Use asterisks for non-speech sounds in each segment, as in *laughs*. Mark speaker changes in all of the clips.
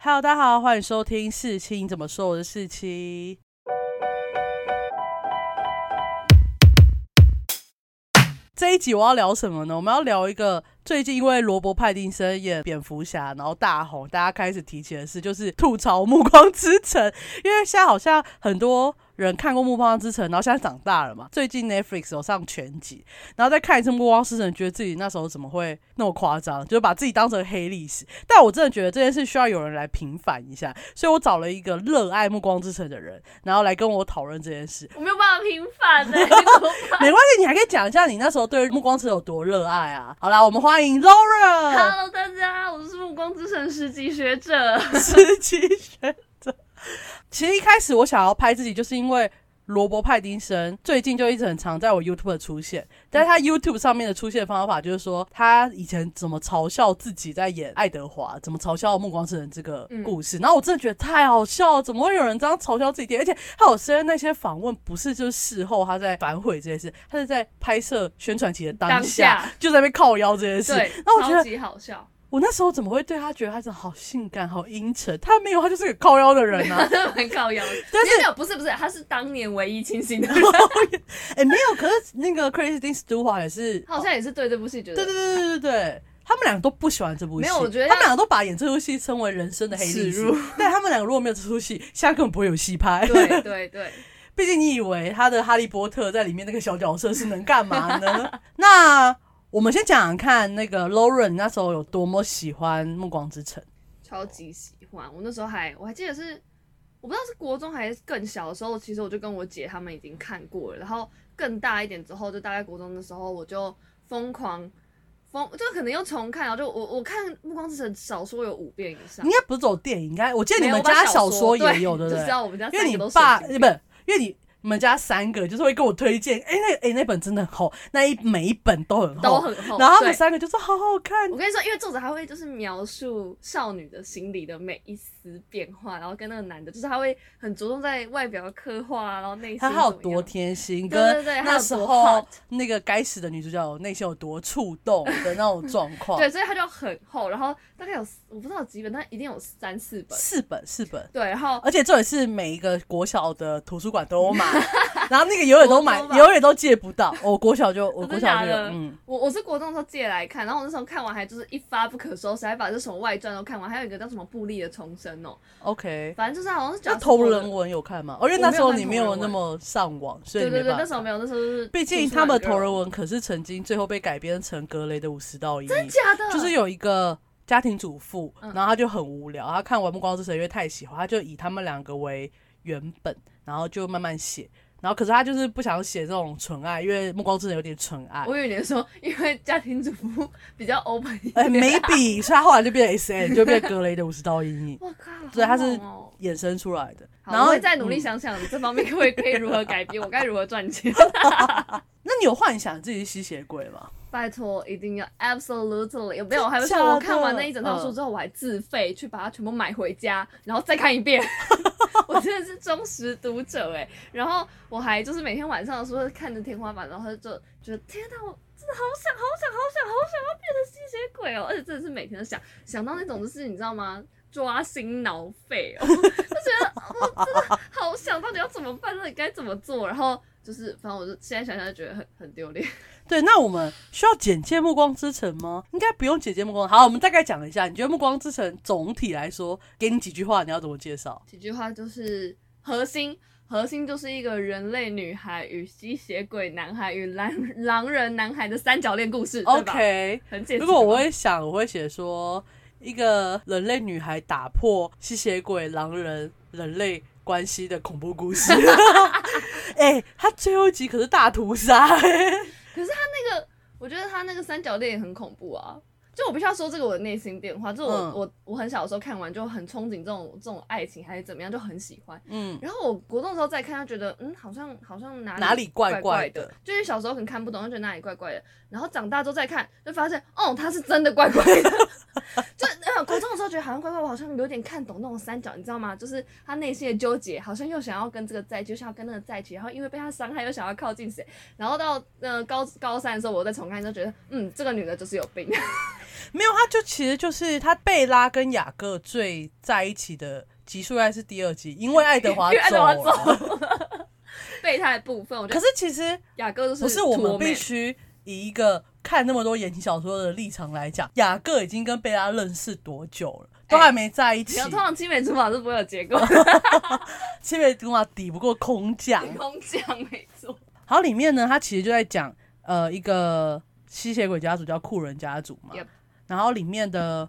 Speaker 1: Hello，大家好，欢迎收听《事情怎么说》，我是四七。这一集我要聊什么呢？我们要聊一个最近因为罗伯·派丁森演蝙蝠侠，然后大红，大家开始提起的事，就是吐槽《暮光之城》，因为现在好像很多人看过《暮光之城》，然后现在长大了嘛。最近 Netflix 有上全集，然后再看一次《暮光之城》，觉得自己那时候怎么会那么夸张，就是把自己当成黑历史。但我真的觉得这件事需要有人来平反一下，所以我找了一个热爱《暮光之城》的人，然后来跟我讨论这件事。
Speaker 2: 我没有办法平反的、欸，怎么办
Speaker 1: 没关系，你还可以讲一下你那时候对《暮光之城》有多热爱啊。好啦，我们欢迎 Laura
Speaker 2: Hello，大家，我是暮光之城十级学者。
Speaker 1: 实习学者。其实一开始我想要拍自己，就是因为罗伯·派丁森最近就一直很常在我 YouTube 出现，但是他 YouTube 上面的出现方法就是说，他以前怎么嘲笑自己在演爱德华，怎么嘲笑《暮光之城》这个故事，然后我真的觉得太好笑了，怎么会有人这样嘲笑自己？而且他有时候那些访问不是就是事后他在反悔这件事，他是在拍摄宣传期的当下
Speaker 2: 当下
Speaker 1: 就在那边靠腰这件事
Speaker 2: 对，，
Speaker 1: 那我觉得
Speaker 2: 超级好笑，
Speaker 1: 我那时候怎么会对他觉得他是好性感、好阴沉？他没有，他就是个靠腰的人啊
Speaker 2: 真。的蛮搞笑的。
Speaker 1: 但是
Speaker 2: 没有没有，不是不是，他是当年唯一清醒的人，
Speaker 1: 哎、没有，可是那个 Christine Stewart 也是，
Speaker 2: 他好像也是对这部戏觉得
Speaker 1: 对对对对对对，他们两个都不喜欢这部戏。
Speaker 2: 没有我觉得
Speaker 1: 他们两个都把演这部戏称为人生的黑历
Speaker 2: 耻
Speaker 1: 史
Speaker 2: 辱。
Speaker 1: 但他们两个如果没有这出戏，现在根本不会有戏拍。
Speaker 2: 对对对，
Speaker 1: 毕竟你以为他的哈利波特在里面那个小角色是能干嘛呢？那我们先讲讲看，那个 Lauren 那时候有多么喜欢《暮光之城》。
Speaker 2: 超级喜欢。我那时候还我还记得是，我不知道是国中还是更小的时候，其实我就跟我姐他们已经看过了。然后更大一点之后，就大概国中的时候，我就疯狂疯，就可能又重看，然后就我我看《暮光之城》少说有五遍以上
Speaker 1: 应。该不是走电影，应该我记得你
Speaker 2: 没
Speaker 1: 们
Speaker 2: 有我把
Speaker 1: 家
Speaker 2: 小
Speaker 1: 说也
Speaker 2: 对
Speaker 1: 有，对不
Speaker 2: 就
Speaker 1: 对
Speaker 2: 知？道我们家
Speaker 1: 因为
Speaker 2: 啊三
Speaker 1: 你
Speaker 2: 个都
Speaker 1: 爸
Speaker 2: 神
Speaker 1: 呃
Speaker 2: 经
Speaker 1: 不，因为你你们家三个就是会跟我推荐，哎、那哎、那本真的很厚，那一每一本都很厚，
Speaker 2: 都很厚。
Speaker 1: 然后他们
Speaker 2: 对
Speaker 1: 三个就说好好看
Speaker 2: 我，跟你说，因为作者还会就是描述少女的心理的每一丝变化，然后跟那个男的，就是他会很着重在外表的刻画啊，然后内心
Speaker 1: 他还有
Speaker 2: 怎么样
Speaker 1: 多贴心，
Speaker 2: 对对
Speaker 1: 跟
Speaker 2: 对还有
Speaker 1: 那时
Speaker 2: 多
Speaker 1: 候
Speaker 2: hot
Speaker 1: 那个该死的女主角内心有多触动的那种状况。
Speaker 2: *laughs* 对，所以他就很厚，然后大概有我不知道几本，但一定有三四本。
Speaker 1: 四本四本。
Speaker 2: 对，然后
Speaker 1: 而且这也是每一个国小的图书馆都有买， *laughs* 然后那个永远都买
Speaker 2: 国中，吧
Speaker 1: 永远都借不到。我国小
Speaker 2: *laughs*
Speaker 1: 就我
Speaker 2: 真
Speaker 1: 国
Speaker 2: 的
Speaker 1: 小
Speaker 2: 假
Speaker 1: 就有
Speaker 2: 的
Speaker 1: 嗯，
Speaker 2: 我我是国中的时候借来看，然后我那时候看完还就是一发不可收拾，还把这什么外传都看完，还有一个叫什么布利的重生哦，
Speaker 1: OK。
Speaker 2: 反正就是好像是
Speaker 1: 那
Speaker 2: 讲
Speaker 1: 同人
Speaker 2: 文，
Speaker 1: 文有看吗？哦因为
Speaker 2: 我
Speaker 1: 那
Speaker 2: 没
Speaker 1: 时
Speaker 2: 有
Speaker 1: 候
Speaker 2: 看
Speaker 1: 你
Speaker 2: 同
Speaker 1: 没
Speaker 2: 人
Speaker 1: 有
Speaker 2: 文
Speaker 1: 那么上网，所以
Speaker 2: 对
Speaker 1: 你没
Speaker 2: 对对，
Speaker 1: 办法
Speaker 2: 那时候没有，那时候是
Speaker 1: 毕竟
Speaker 2: 出
Speaker 1: 他们
Speaker 2: 版
Speaker 1: 同
Speaker 2: 社
Speaker 1: 人文可是曾经最后被改编成格雷的五十道一，
Speaker 2: 假的，
Speaker 1: 就是有一个家庭主妇，
Speaker 2: 嗯
Speaker 1: 然后她就很无聊，她看完《暮光之城》因为太喜欢，她就以他们两个为原本，然后就慢慢写。然后可是她就是不想写这种纯爱，因为《暮光之城》有点纯爱。
Speaker 2: 我以为你说，因为家庭主妇比较 open 一
Speaker 1: 哎、
Speaker 2: 点。
Speaker 1: m a y b e 所以她后来就变 S
Speaker 2: *laughs*
Speaker 1: N，就变格雷的五十道阴影
Speaker 2: 我靠，好
Speaker 1: 对他是
Speaker 2: 猛哦
Speaker 1: 衍生出来的。
Speaker 2: 好
Speaker 1: 然
Speaker 2: 我
Speaker 1: 后
Speaker 2: 会再努力
Speaker 1: 嗯
Speaker 2: 想想这方面可以可以如何改变，我该如何赚钱。
Speaker 1: 那你有幻想自己是吸血鬼吗？
Speaker 2: 拜托，一定要 absolutely 有没有？我还没
Speaker 1: 真假
Speaker 2: 说，
Speaker 1: 的嗯
Speaker 2: 我看完那一整套书之后，我还自费去把它全部买回家，然后再看一
Speaker 1: *laughs*
Speaker 2: 遍。我真的是忠实读者哎，然后我还就是每天晚上的时候看着天花板，然后就觉得天哪，我真的好想好想好想好想要变成吸血鬼哦！而且真的是每天都想想到那种，就是你知道吗？抓心挠肺哦，就觉得哦，真的好想，到底要怎么办？到底该怎么做？然后就是，反正我就现在想想就觉得很很丢脸。
Speaker 1: 对，那我们需要简介《暮光之城》吗？应该不用简介《暮光》。好，我们大概讲一下，你觉得《暮光之城》总体来说，给你几句话，你要怎么介绍？
Speaker 2: 几句话就是核心，核心就是一个人类女孩与吸血鬼男孩与狼狼人男孩的三角恋故事对吧
Speaker 1: OK，
Speaker 2: *laughs* 很简单。
Speaker 1: 如果我会想，我会写说，一个人类女孩打破吸血鬼、狼人、人类关系的恐怖故
Speaker 2: *laughs*
Speaker 1: 事。 *laughs* 哎、他最后一集可是大屠杀、欸，
Speaker 2: 那个，我觉得他那个三角恋也很恐怖啊。就我必须要说这个我的内心变化，就我、
Speaker 1: 嗯
Speaker 2: 我我很小的时候看完就很憧憬这种这种爱情还是怎么样，就很喜欢。
Speaker 1: 嗯，
Speaker 2: 然后我国中的时候再看，就觉得嗯，好像好像哪里
Speaker 1: 哪里怪
Speaker 2: 怪
Speaker 1: 怪的
Speaker 2: 的，就是小时候很看不懂，就觉得哪里怪怪的。然后长大之后再看，就发现哦，它是真的怪怪
Speaker 1: *laughs*
Speaker 2: 的。就呃，国中的时候觉得好像怪怪，我好像有点看懂那种三角，你知道吗？就是他内心的纠结，好像又想要跟这个在一起，又想要跟那个在一起，然后因为被他伤害，又想要靠近谁。然后到呃高高三的时候，我再重看就觉得，嗯，这个女的就是有病。
Speaker 1: 没有，他就其实就是他贝拉跟雅各最在一起的集数，应该是第二集，因为爱德华
Speaker 2: *laughs* 因为爱德华
Speaker 1: 走了。
Speaker 2: *laughs* 备胎的部分，我觉
Speaker 1: 可
Speaker 2: 得
Speaker 1: 是其实
Speaker 2: 雅各就是
Speaker 1: 不是我们
Speaker 2: 托妹
Speaker 1: 必须以一个看那么多言情小说的立场来讲，雅各已经跟贝拉认识多久了，都
Speaker 2: 哎
Speaker 1: 还没在一起
Speaker 2: 没有，，通常青梅竹马是不会有结 *laughs* 果，
Speaker 1: 青梅竹马抵不过空降。
Speaker 2: 空降没错。
Speaker 1: 好，里面呢，他其实就在讲呃一个吸血鬼家族叫酷人家族嘛
Speaker 2: Yep
Speaker 1: 然后里面的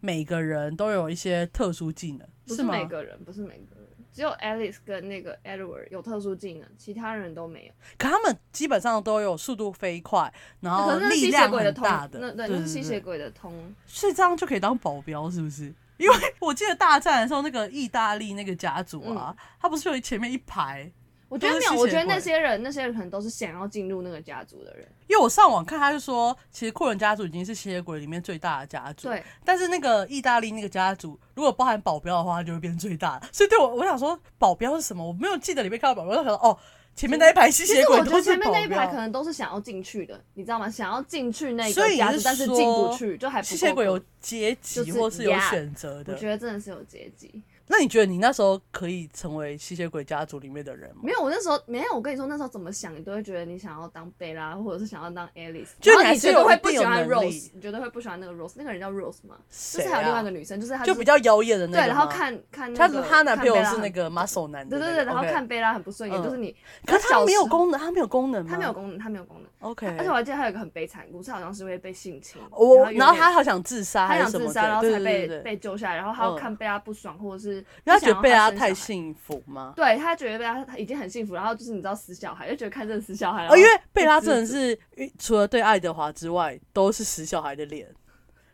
Speaker 1: 每个人都有一些特殊技能，
Speaker 2: 不
Speaker 1: 是
Speaker 2: 是
Speaker 1: 吗？
Speaker 2: 每个人，不是每个人，只有 Alice 跟那个 Edward 有特殊技能，其他人都没有。
Speaker 1: 可他们基本上都有速度飞快，然后
Speaker 2: 可是那
Speaker 1: 哦
Speaker 2: 是
Speaker 1: 力
Speaker 2: 吸血
Speaker 1: 量
Speaker 2: 鬼的
Speaker 1: 很
Speaker 2: 通，
Speaker 1: 大的，
Speaker 2: 那对，
Speaker 1: 对
Speaker 2: 那
Speaker 1: 对
Speaker 2: 是吸血
Speaker 1: 对，
Speaker 2: 鬼的通。
Speaker 1: 所以这样就可以当保镖，是不是？ *laughs* 因为我记得大战的时候，那个意大利那个家族啊，
Speaker 2: 嗯
Speaker 1: 他不是有前面一排？
Speaker 2: 我觉得
Speaker 1: 都
Speaker 2: 没
Speaker 1: 是
Speaker 2: 有，
Speaker 1: 吸
Speaker 2: 我
Speaker 1: 血
Speaker 2: 觉得那
Speaker 1: 鬼
Speaker 2: 些人，那些人可能都是想要进入那个家族的人。
Speaker 1: 因为我上网看，他就说，其实库伦家族已经是吸血鬼里面最大的家族。
Speaker 2: 对，
Speaker 1: 但是那个意大利那个家族，如果包含保镖的话，它就会变最大。所以对我，我想说保镖是什么？我没有记得里面看到保镖，我就想到哦，前面那一排吸
Speaker 2: 其
Speaker 1: 血
Speaker 2: 实
Speaker 1: 鬼
Speaker 2: 我觉
Speaker 1: 都
Speaker 2: 得
Speaker 1: 是
Speaker 2: 前面
Speaker 1: 保
Speaker 2: 那一排可
Speaker 1: 镖。
Speaker 2: 能都是想要进去的，你知道吗？想要进去那
Speaker 1: 所以
Speaker 2: 个家
Speaker 1: 你
Speaker 2: 族
Speaker 1: 是，
Speaker 2: 但是进
Speaker 1: 说
Speaker 2: 不去，就还不
Speaker 1: 吸血
Speaker 2: 够
Speaker 1: 鬼有
Speaker 2: 格
Speaker 1: 阶级
Speaker 2: 就是
Speaker 1: 或是有
Speaker 2: yeah，
Speaker 1: 选择
Speaker 2: 我
Speaker 1: 的。
Speaker 2: 觉得真的是有阶级。
Speaker 1: 那你觉得你那时候可以成为吸血鬼家族里面的人吗？
Speaker 2: 没有，我那时候没有。我跟你说，那时候怎么想，你都会觉得你想要当贝拉，或者是想要当 Alice，
Speaker 1: 就
Speaker 2: 然后
Speaker 1: 你还
Speaker 2: 你
Speaker 1: 是
Speaker 2: 绝对
Speaker 1: 有
Speaker 2: 会
Speaker 1: 一
Speaker 2: 不
Speaker 1: 定
Speaker 2: 喜
Speaker 1: 有
Speaker 2: 欢
Speaker 1: 能力
Speaker 2: Rose，你绝对会不喜欢那个 Rose，那个人叫 Rose 吗？就
Speaker 1: 谁
Speaker 2: 是
Speaker 1: 啊
Speaker 2: 还有另外一个女生，就是她
Speaker 1: 就是比较妖艳的那
Speaker 2: 对，
Speaker 1: 个吗。
Speaker 2: 然后看看
Speaker 1: 他
Speaker 2: 那个
Speaker 1: 他男朋友
Speaker 2: 看贝拉
Speaker 1: 是
Speaker 2: 很
Speaker 1: 那个 muscle 男的
Speaker 2: 对
Speaker 1: 那
Speaker 2: 对
Speaker 1: 个。
Speaker 2: 对，然后
Speaker 1: OK
Speaker 2: 看贝拉很不顺
Speaker 1: 嗯
Speaker 2: 眼，就是你，
Speaker 1: 可是他没有
Speaker 2: 功，
Speaker 1: 功能，他没有功能吗？
Speaker 2: 他没有功能，他没有功能。
Speaker 1: OK。
Speaker 2: 而且我还记得他有一个很悲惨的故事，好像是会被性侵，
Speaker 1: 哦我，
Speaker 2: 然
Speaker 1: 然
Speaker 2: 后
Speaker 1: 后
Speaker 2: 有点
Speaker 1: 他好想自杀
Speaker 2: 他
Speaker 1: 还
Speaker 2: 想
Speaker 1: 是什么的？
Speaker 2: 自杀，然后才
Speaker 1: 对对
Speaker 2: 被
Speaker 1: 对对
Speaker 2: 被救下来，然后他
Speaker 1: 嗯
Speaker 2: 要看贝拉不爽，或者是
Speaker 1: 因为他觉得贝拉
Speaker 2: 不想要他
Speaker 1: 太
Speaker 2: 生小孩
Speaker 1: 幸福吗？
Speaker 2: 对啊他觉得贝拉他已经很幸福，然后就是你知道死小孩，就觉得看这个死小孩，然
Speaker 1: 哦，
Speaker 2: 后
Speaker 1: 因为贝拉真的是除了对爱德华之外，都是死小孩的脸，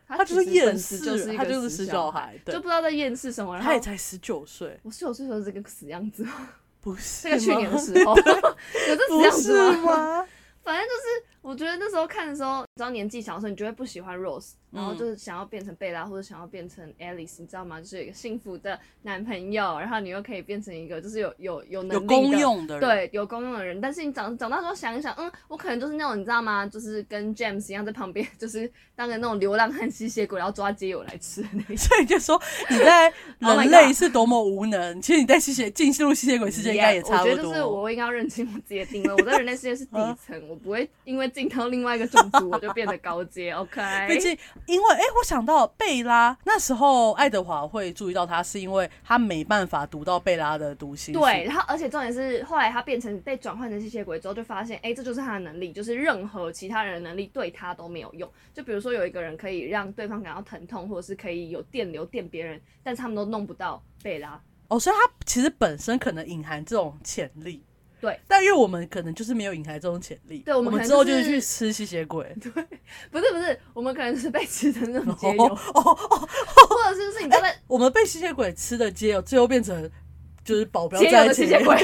Speaker 1: 他就是
Speaker 2: 其实
Speaker 1: 厌
Speaker 2: 本质就
Speaker 1: 世
Speaker 2: 是，一
Speaker 1: 他
Speaker 2: 个
Speaker 1: 就是
Speaker 2: 死
Speaker 1: 死
Speaker 2: 小
Speaker 1: 小，孩，对
Speaker 2: 就，不知道在厌世什么。然后
Speaker 1: 他也才十九岁，
Speaker 2: 我是有岁时候这个死样子吗，
Speaker 1: 不 *laughs* 是
Speaker 2: 这个去年的
Speaker 1: 吗
Speaker 2: 时候 *laughs* 有这死
Speaker 1: 不
Speaker 2: 样
Speaker 1: 是
Speaker 2: 子？
Speaker 1: 吗？ *laughs*
Speaker 2: 反正就是我觉得那时候看的时候，你知道年纪小的时候，你就会不喜欢 Rose，然
Speaker 1: 嗯
Speaker 2: 后就是想要变成贝拉或者想要变成 Alice，你知道吗？就是有一个幸福的男朋友，然后你又可以变成一个就是有有有能
Speaker 1: 有
Speaker 2: 力的
Speaker 1: 公用的人，
Speaker 2: 对，有功用的人，但是你长长大之后想一想，嗯，我可能就是那种你知道吗？就是跟 James 一样在旁边， *laughs* 就是当个那种流浪汉吸血鬼，然后抓街友来吃的那种。
Speaker 1: 所以就说你在
Speaker 2: *laughs* Oh my
Speaker 1: 人类是多么无能，其实你在吸血进入吸血鬼世界应该也差不
Speaker 2: 我觉得就是
Speaker 1: 多。
Speaker 2: 我应该要认清我自己的定位，我在人类世界是底层，
Speaker 1: 啊
Speaker 2: 我不会因为进到另外一个种族我就变得高阶。OK，
Speaker 1: *laughs* 毕竟，因为哎、我想到贝拉那时候，爱德华会注意到他，是因为他没办法读到贝拉的读心术。
Speaker 2: 对，然后而且重点是，后来他变成被转换成吸血鬼之后，就发现，哎、这就是他的能力，就是任何其他人的能力对他都没有用。就比如说有一个人可以让对方感到疼痛，或者是可以有电流电别人，但是他们都弄不到贝拉。
Speaker 1: 哦，所以它其实本身可能隐含这种潜力。
Speaker 2: 对，
Speaker 1: 但因为我们可能就是没有隐含这种潜力，
Speaker 2: 对
Speaker 1: 我
Speaker 2: 我们可能
Speaker 1: 之后就
Speaker 2: 就是是
Speaker 1: 去吃吸血鬼，
Speaker 2: 不是不是，我们可能是被吃成那
Speaker 1: *laughs*
Speaker 2: 种街友，
Speaker 1: 哦哦，
Speaker 2: 或者是是你知道在
Speaker 1: 我们被吸血鬼吃的街友，最后变成就是保镖
Speaker 2: 街友
Speaker 1: 在
Speaker 2: 的
Speaker 1: 前
Speaker 2: 吸血
Speaker 1: 面 *laughs*
Speaker 2: 鬼。，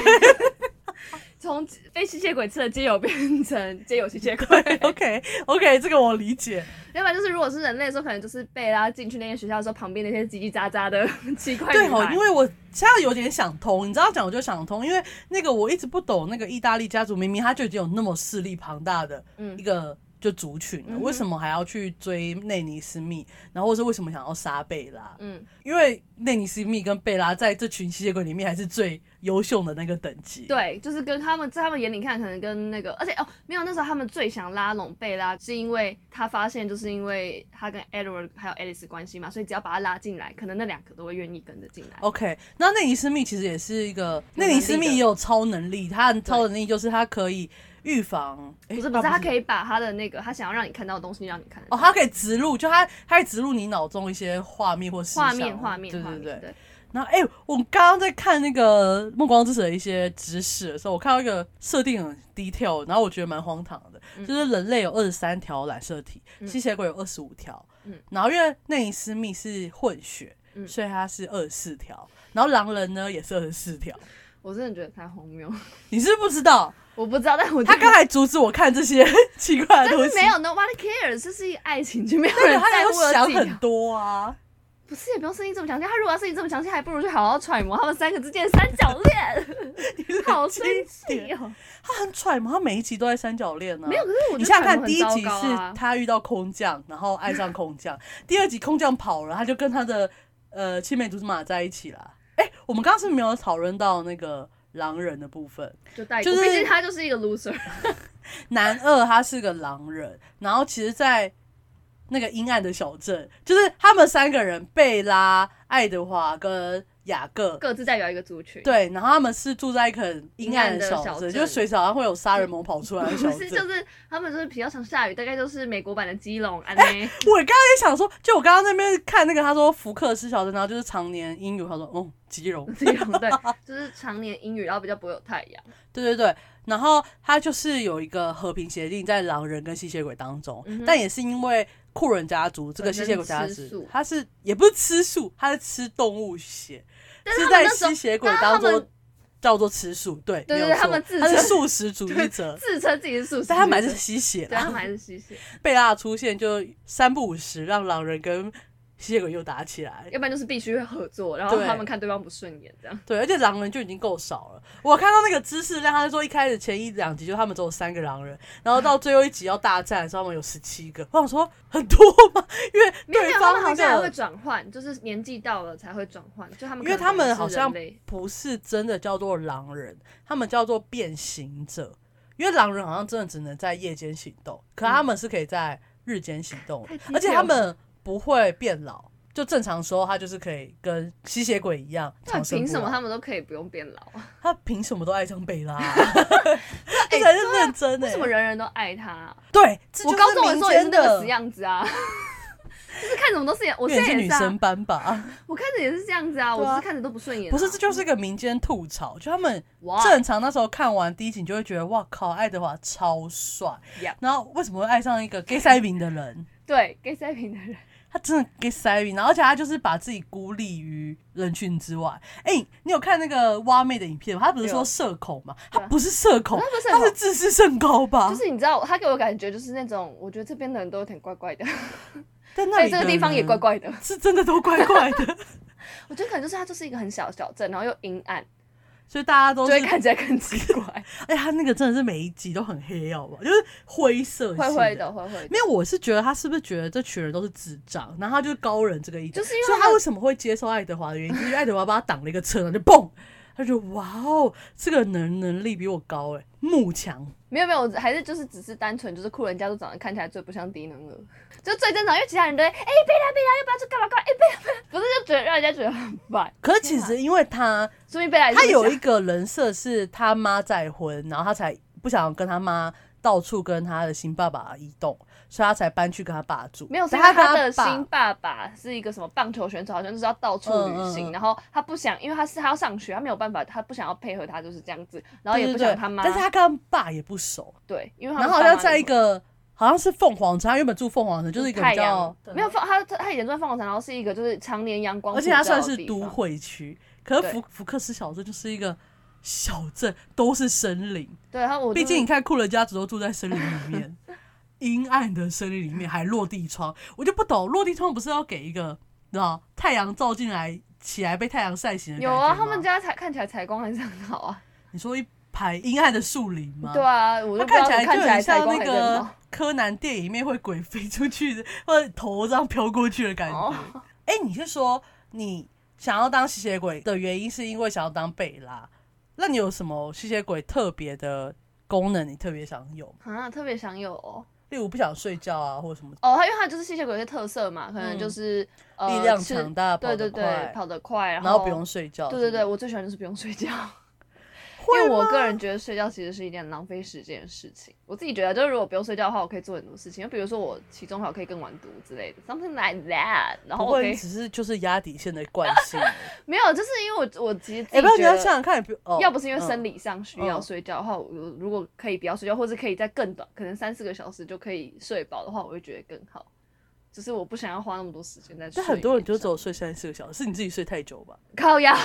Speaker 2: 从被吸血鬼吃的街友变成街友吸血鬼。
Speaker 1: OK OK，这个我理解。
Speaker 2: 要不然就是如果是人类的时候，可能就是贝拉进去那些学校的时候，旁边那些叽叽喳喳的 *laughs* 奇怪
Speaker 1: 对
Speaker 2: 女
Speaker 1: 哦，
Speaker 2: 孩
Speaker 1: 因为我现在有点想通，你知道讲我就想通，因为那个我一直不懂那个意大利家族，明明他就已经有那么势力庞大的
Speaker 2: 嗯
Speaker 1: 一个就族群了，
Speaker 2: 嗯哼
Speaker 1: 为什么还要去追内尼斯密？然后或是为什么想要杀贝拉？
Speaker 2: 嗯。
Speaker 1: 因为内尼斯密跟贝拉在这群吸血鬼里面还是最优秀的那个等级。，
Speaker 2: 对，就是跟他们在他们眼里看，可能跟那个，而且哦，没有那时候他们最想拉拢贝拉，是因为他发现，就是因为他跟 Edward 还有 Alice 关系嘛，所以只要把他拉进来，可能那两个都会愿意跟着进来。
Speaker 1: OK，那内尼斯密其实也是一个，
Speaker 2: 有能力的
Speaker 1: 内尼斯密也有超能力，他的超能力就是他可以预防，诶
Speaker 2: 不是不是，
Speaker 1: 啊
Speaker 2: 他可以把他的那个他想要让你看到的东西让你看得
Speaker 1: 哦，
Speaker 2: 到
Speaker 1: 他可以植入，就他他可以植入你脑中一些画面或思想
Speaker 2: 画面画面
Speaker 1: 对
Speaker 2: 画
Speaker 1: 对
Speaker 2: 面，
Speaker 1: 对。
Speaker 2: 对，
Speaker 1: 然后哎、我刚刚在看那个《暮光之城》的一些知识的时候，我看到一个设定很低调，然后我觉得蛮荒唐的，
Speaker 2: 嗯
Speaker 1: 就是人类有二十三条染色体，吸血鬼有二十五条，
Speaker 2: 嗯
Speaker 1: 然后因为内尼斯密是混血，
Speaker 2: 嗯
Speaker 1: 所以它是二十四条，然后狼人呢也是二十四条，
Speaker 2: 我真的觉得太荒谬，
Speaker 1: 你是不是不知
Speaker 2: *laughs*
Speaker 1: 道，
Speaker 2: 我不知道，但我觉
Speaker 1: 他
Speaker 2: 得
Speaker 1: 刚才阻止我看这些 *laughs* 奇怪的
Speaker 2: 但
Speaker 1: 东
Speaker 2: 是
Speaker 1: 西，
Speaker 2: 没有 nobody cares，这是一个爱情剧，没有
Speaker 1: 对，啊
Speaker 2: 人
Speaker 1: 他
Speaker 2: 在乎
Speaker 1: 有想
Speaker 2: 有几
Speaker 1: 很
Speaker 2: 条。
Speaker 1: 多啊。
Speaker 2: 不是，也不用声音这么详细。他如果要声音这么详细，还不如去好好揣摩他们三个之间的三角
Speaker 1: *laughs*
Speaker 2: 恋。好生气哦！
Speaker 1: 他很揣摩，他每一集都在三角恋呢、
Speaker 2: 没有，可是我觉得
Speaker 1: 你想想看，
Speaker 2: 揣摩
Speaker 1: 第一
Speaker 2: 很
Speaker 1: 集
Speaker 2: 糟糕啊
Speaker 1: 是他遇到空降，然后爱上空降；第二集空降跑了，他就跟他的呃青梅竹马在一起啦。哎、我们刚刚是没有讨论到那个狼人的部分。
Speaker 2: 就带
Speaker 1: 就
Speaker 2: 过，
Speaker 1: 是
Speaker 2: 毕竟他就是一个 loser。 *laughs*
Speaker 1: 男二他是个狼人，然后其实，在那个阴暗的小镇，就是他们三个人贝拉、爱德华跟雅各。
Speaker 2: 各自代表一个族群。，
Speaker 1: 对，然后他们是住在一个很阴暗的
Speaker 2: 阴暗的
Speaker 1: 小
Speaker 2: 小
Speaker 1: 镇，
Speaker 2: 镇
Speaker 1: 就是水草上会有杀人魔跑出来的啊小
Speaker 2: 不
Speaker 1: 镇
Speaker 2: 是，。就是他们就是比较常下雨，大概就是美国版的基隆安
Speaker 1: *laughs*
Speaker 2: 内。
Speaker 1: 我刚刚在想说，就我刚刚那边看那个，他说福克斯小镇，然后就是常年阴雨，他说哦，吉隆，
Speaker 2: 基隆对，就是常年阴雨，然后比较不会有太阳。
Speaker 1: 对对对，然后他就是有一个和平协定在狼人跟吸血鬼当中，
Speaker 2: 嗯哼
Speaker 1: 但也是因为库伦家族这个
Speaker 2: 本
Speaker 1: 吸
Speaker 2: 身
Speaker 1: 血鬼家
Speaker 2: 吃
Speaker 1: 族
Speaker 2: 素，
Speaker 1: 他是也不是吃素，他是吃动物血，
Speaker 2: 但是他们
Speaker 1: 在
Speaker 2: 那时候
Speaker 1: 吸血鬼
Speaker 2: 但是
Speaker 1: 当
Speaker 2: 他
Speaker 1: 中
Speaker 2: 们
Speaker 1: 叫做吃素，对，
Speaker 2: 对
Speaker 1: 没有
Speaker 2: 对
Speaker 1: 错
Speaker 2: 他们自
Speaker 1: 是
Speaker 2: 称
Speaker 1: 素食主义
Speaker 2: 对
Speaker 1: 者。
Speaker 2: 自称自己是素食，
Speaker 1: 但他买的是吸血
Speaker 2: 对，他
Speaker 1: 啦，
Speaker 2: 买的是吸血，
Speaker 1: 贝拉的出现就三不五时让狼人跟吸血鬼又打起来，
Speaker 2: 要不然就是必须会合作，然后
Speaker 1: 对
Speaker 2: 他们看对方不顺眼这样。
Speaker 1: 对，而且狼人就已经够少了。我看到那个知识量，他就说一开始前一两集就他们只有三个狼人，然后到最后一集要大战的时候，他们有十七个。我想说很多吗？ *laughs* 因为
Speaker 2: 没有没
Speaker 1: 对
Speaker 2: 有，他
Speaker 1: 方
Speaker 2: 们好
Speaker 1: 那
Speaker 2: 像还会
Speaker 1: 个
Speaker 2: 转换，就是年纪到了才会转换，就他们
Speaker 1: 因为
Speaker 2: 可能
Speaker 1: 他们
Speaker 2: 也是
Speaker 1: 好像
Speaker 2: 人类
Speaker 1: 不是真的叫做狼人，他们叫做变形者。因为狼人好像真的只能在夜间行动，可他们是可以在日间行动的
Speaker 2: 嗯太低
Speaker 1: 而且
Speaker 2: 调
Speaker 1: 他
Speaker 2: 了
Speaker 1: 们不会变老。就正常时候，他就是可以跟吸血鬼一样
Speaker 2: 到
Speaker 1: 长
Speaker 2: 底
Speaker 1: 生
Speaker 2: 凭
Speaker 1: 不
Speaker 2: 什么
Speaker 1: 老
Speaker 2: 他们都可以不用变老啊？
Speaker 1: 他凭什么都爱上贝拉、
Speaker 2: *laughs*
Speaker 1: 啊？这才是认真的、欸
Speaker 2: 为什么人人都爱他啊？
Speaker 1: 对，这就
Speaker 2: 我
Speaker 1: 是
Speaker 2: 高中的时候也是
Speaker 1: 民
Speaker 2: 那
Speaker 1: 间
Speaker 2: 个
Speaker 1: 的
Speaker 2: 死，样子啊， *laughs* 就是看什么都是眼，我
Speaker 1: 因
Speaker 2: 现
Speaker 1: 为是
Speaker 2: 在也
Speaker 1: 女
Speaker 2: 是啊
Speaker 1: 生，班吧？
Speaker 2: 我看着也是这样子啊，
Speaker 1: 对啊
Speaker 2: 我是看着都不顺眼啊。
Speaker 1: *laughs* 不是，这就是一个民间吐槽，就他们
Speaker 2: 哇，
Speaker 1: 正常那时候看完第一集，你就会觉得哇靠，爱德华超帅
Speaker 2: Yep，
Speaker 1: 然后为什么会爱上一个 gay 塞明的人？
Speaker 2: 对 gay 塞平的人，
Speaker 1: 他真的 gay 塞明，然后而且他就是把自己孤立于人群之外。哎、你有看那个蛙妹的影片吗？他不是说
Speaker 2: 有
Speaker 1: 社恐吗？他
Speaker 2: 对啊
Speaker 1: 不是社恐
Speaker 2: 他，不是
Speaker 1: 他是啊
Speaker 2: 很。
Speaker 1: 自视甚高吧？
Speaker 2: 就是你知道，他给我感觉就是那种，我觉得这边的人都有点怪怪的，
Speaker 1: 在那
Speaker 2: 在
Speaker 1: 里
Speaker 2: 哎这个
Speaker 1: 的
Speaker 2: 地方也
Speaker 1: 人
Speaker 2: 怪怪的。
Speaker 1: 是真的都怪怪的，
Speaker 2: 我觉得可能就是他就是一个很小的小镇，然后又阴暗，
Speaker 1: 所以大家
Speaker 2: 就
Speaker 1: 都是
Speaker 2: 会，看起来更奇
Speaker 1: *laughs*
Speaker 2: 怪。
Speaker 1: 哎，他那个真的是每一集都很黑，好不好？就是灰色，
Speaker 2: 会会的，。会会的。
Speaker 1: 没有，我是觉得他是不是觉得这群人都是智障，然后他就是高人这个意思，
Speaker 2: 就是因为
Speaker 1: 所以
Speaker 2: 他
Speaker 1: 他为什么会接受爱德华的
Speaker 2: *laughs*
Speaker 1: 原因，就是因为爱德华帮他挡了一个车，然后就嘣，他就觉得哇哦，这个能能力比我高哎，慕强。
Speaker 2: 没有没有，我还是就是只是单纯就是酷人家族长得看起来最不像低能儿，就最正常，因为其他人都会哎贝拉贝拉，要不要去干嘛干嘛？哎贝拉贝拉，不是就觉得让人家觉得很烦。
Speaker 1: 可是其实因为他
Speaker 2: 所以贝拉也是
Speaker 1: 他有
Speaker 2: 想
Speaker 1: 一个人设是他妈再婚，然后他才不想跟他妈到处跟他的新爸爸移动，所以他才搬去跟他爸住。
Speaker 2: 没有，是
Speaker 1: 但
Speaker 2: 因为
Speaker 1: 跟
Speaker 2: 他的
Speaker 1: 爸
Speaker 2: 新爸爸是一个什么棒球选手，好像就是要到处旅
Speaker 1: 嗯
Speaker 2: 行，
Speaker 1: 嗯嗯
Speaker 2: 然后他不想，因为他是他要上学，他没有办法，他不想要配合他就是这样子，然后也
Speaker 1: 对
Speaker 2: 不
Speaker 1: 对
Speaker 2: 想
Speaker 1: 对
Speaker 2: 他妈，
Speaker 1: 但是他跟他爸也不熟，
Speaker 2: 对，因为他
Speaker 1: 然
Speaker 2: 们
Speaker 1: 后好
Speaker 2: 爸妈
Speaker 1: 像在一
Speaker 2: 就
Speaker 1: 个好像是凤凰城，他原本住凤凰城，
Speaker 2: 是
Speaker 1: 就是一个
Speaker 2: 太
Speaker 1: 比
Speaker 2: 阳
Speaker 1: 较
Speaker 2: 没有，放他他他以前住在凤凰城，然后是一个就是常年阳光
Speaker 1: 而
Speaker 2: 普
Speaker 1: 且
Speaker 2: 照的地
Speaker 1: 它
Speaker 2: 方，
Speaker 1: 算是都会区，可是福福克斯小镇就是一个小镇，都是森林。
Speaker 2: 对，然后我就
Speaker 1: 毕
Speaker 2: 是
Speaker 1: 竟你看库伦家族都住在森林里
Speaker 2: *laughs*
Speaker 1: 面，阴暗的森林里面还落地窗，我就不懂落地窗不是要给一个你知道太阳照进来起来被太阳晒醒的
Speaker 2: 有
Speaker 1: 感
Speaker 2: 啊，
Speaker 1: 觉
Speaker 2: 他
Speaker 1: 吗
Speaker 2: 们家采看起来采光还是很好啊。
Speaker 1: 你说一排阴暗的树林吗？
Speaker 2: 对啊，我
Speaker 1: 它
Speaker 2: 就
Speaker 1: 看
Speaker 2: 不知道
Speaker 1: 起来
Speaker 2: 看
Speaker 1: 就
Speaker 2: 起来
Speaker 1: 很
Speaker 2: 采
Speaker 1: 像
Speaker 2: 光
Speaker 1: 那
Speaker 2: 还是很
Speaker 1: 个
Speaker 2: 好。
Speaker 1: 柯南电影里面会鬼飞出去的，或者头这样飘过去的感觉
Speaker 2: 哦。
Speaker 1: 哎、你是说你想要当吸血鬼的原因是因为想要当贝拉？那你有什么吸血鬼特别的功能你特别想有吗？
Speaker 2: *laughs* 啊，特别想有哦，
Speaker 1: 例如不想睡觉啊，或者什么
Speaker 2: 哦，他因为他就是吸血鬼的特色嘛，可能就是、呃
Speaker 1: 嗯力量
Speaker 2: 吃
Speaker 1: 强大、跑
Speaker 2: 对
Speaker 1: 得
Speaker 2: 对
Speaker 1: 快，
Speaker 2: 对，跑得快，然
Speaker 1: 然后不用睡觉。
Speaker 2: 对对对，
Speaker 1: 对，
Speaker 2: 我最喜欢就是不用
Speaker 1: *laughs*
Speaker 2: 睡觉，因
Speaker 1: 会
Speaker 2: 为
Speaker 1: 吗
Speaker 2: 我个人觉得睡觉其实是一件浪费时间的事情。我自己觉得，就是如果不用睡觉的话，我可以做很多事情，就比如说我期中考可以更晚读之类的，something like that。然后
Speaker 1: 不
Speaker 2: 我可
Speaker 1: 会
Speaker 2: 以
Speaker 1: 只是就是压底线的惯
Speaker 2: *laughs*
Speaker 1: 性。
Speaker 2: 没有，就是因为我我其实自
Speaker 1: 哎、
Speaker 2: 己
Speaker 1: 不要你
Speaker 2: 觉
Speaker 1: 要
Speaker 2: 得
Speaker 1: 想想看，也不哦
Speaker 2: 要不是因为
Speaker 1: 嗯
Speaker 2: 生理上需要睡觉的话，我如果可以不要睡觉，或是可以在更短，可能三四个小时就可以睡饱的话，我会觉得更好。只是我不想要花那么多时间在睡
Speaker 1: 但
Speaker 2: 眠上。
Speaker 1: 很多人就只有睡三四个小时，是你自己睡太久吧？
Speaker 2: 靠呀，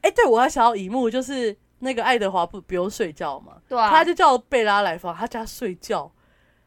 Speaker 1: 哎、对我还想要一幕，就是那个爱德华不不用睡觉嘛，
Speaker 2: 对啊，
Speaker 1: 他就叫贝拉来房他家睡觉，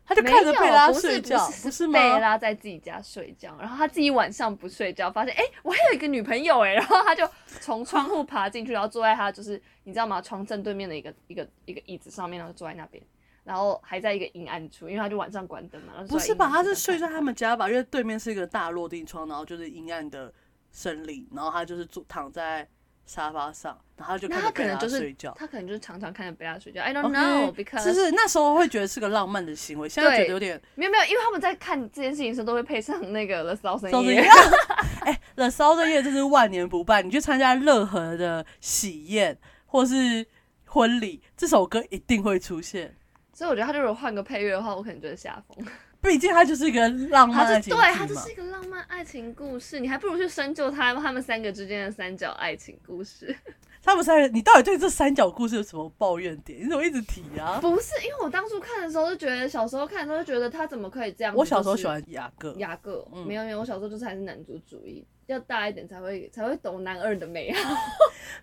Speaker 1: 他就看着贝拉睡觉，
Speaker 2: 不是
Speaker 1: 不是吗？
Speaker 2: 贝拉在自己家睡觉，然后他自己晚上不睡觉，发现哎、诶我还有一个女朋友哎、然后他就从窗户爬进去，然后坐在他就是你知道吗？床正对面的一个一个一个椅子上面，然后坐在那边，然后还在一个阴暗处，因为他就晚上关灯嘛。然后就
Speaker 1: 不是吧？
Speaker 2: 阴
Speaker 1: 他
Speaker 2: 暗
Speaker 1: 是
Speaker 2: 处
Speaker 1: 睡在
Speaker 2: 看
Speaker 1: 他们家吧？因为对面是一个大落地窗，然后就是阴暗的森林，然后他就是坐躺在沙发上，然后他就
Speaker 2: 那
Speaker 1: 看
Speaker 2: 他
Speaker 1: 着
Speaker 2: 可
Speaker 1: 贝
Speaker 2: 能
Speaker 1: 拉
Speaker 2: 就是
Speaker 1: 睡觉。
Speaker 2: 他可能就是常常看着贝拉睡觉。I don't
Speaker 1: OK，
Speaker 2: know because
Speaker 1: 是不是那时候会觉得是个浪漫的行为，现在觉得
Speaker 2: 对
Speaker 1: 有点
Speaker 2: 没有没有，因为他们在看这件事情的时候都会配上那个 The Thousand
Speaker 1: 烧着夜
Speaker 2: *laughs* Years。
Speaker 1: 哎，冷烧着夜真是万年不败。你去参加任何的喜宴或是婚礼，这首歌一定会出现。
Speaker 2: 所以我觉得他就如果换个配乐的话，我可能就会吓疯。
Speaker 1: 毕竟它就是一个浪漫
Speaker 2: 他
Speaker 1: 的
Speaker 2: 就
Speaker 1: 情
Speaker 2: 对他
Speaker 1: 剧
Speaker 2: 就
Speaker 1: 嘛
Speaker 2: 是。一个浪漫爱情故事，你还不如去深究他他们三个之间的三角爱情故事。
Speaker 1: 他们三个，你到底对这三角故事有什么抱怨点？你怎么一直提啊？
Speaker 2: *laughs* 不是，因为我当初看的时候就觉得，小时候看的时候就觉得他怎么可以这样子？
Speaker 1: 我小时候
Speaker 2: 就是
Speaker 1: 喜欢雅各，
Speaker 2: 雅各，
Speaker 1: 嗯
Speaker 2: 没有没有，我小时候就是还是男主主义，要大一点才会才会懂男二的美啊好。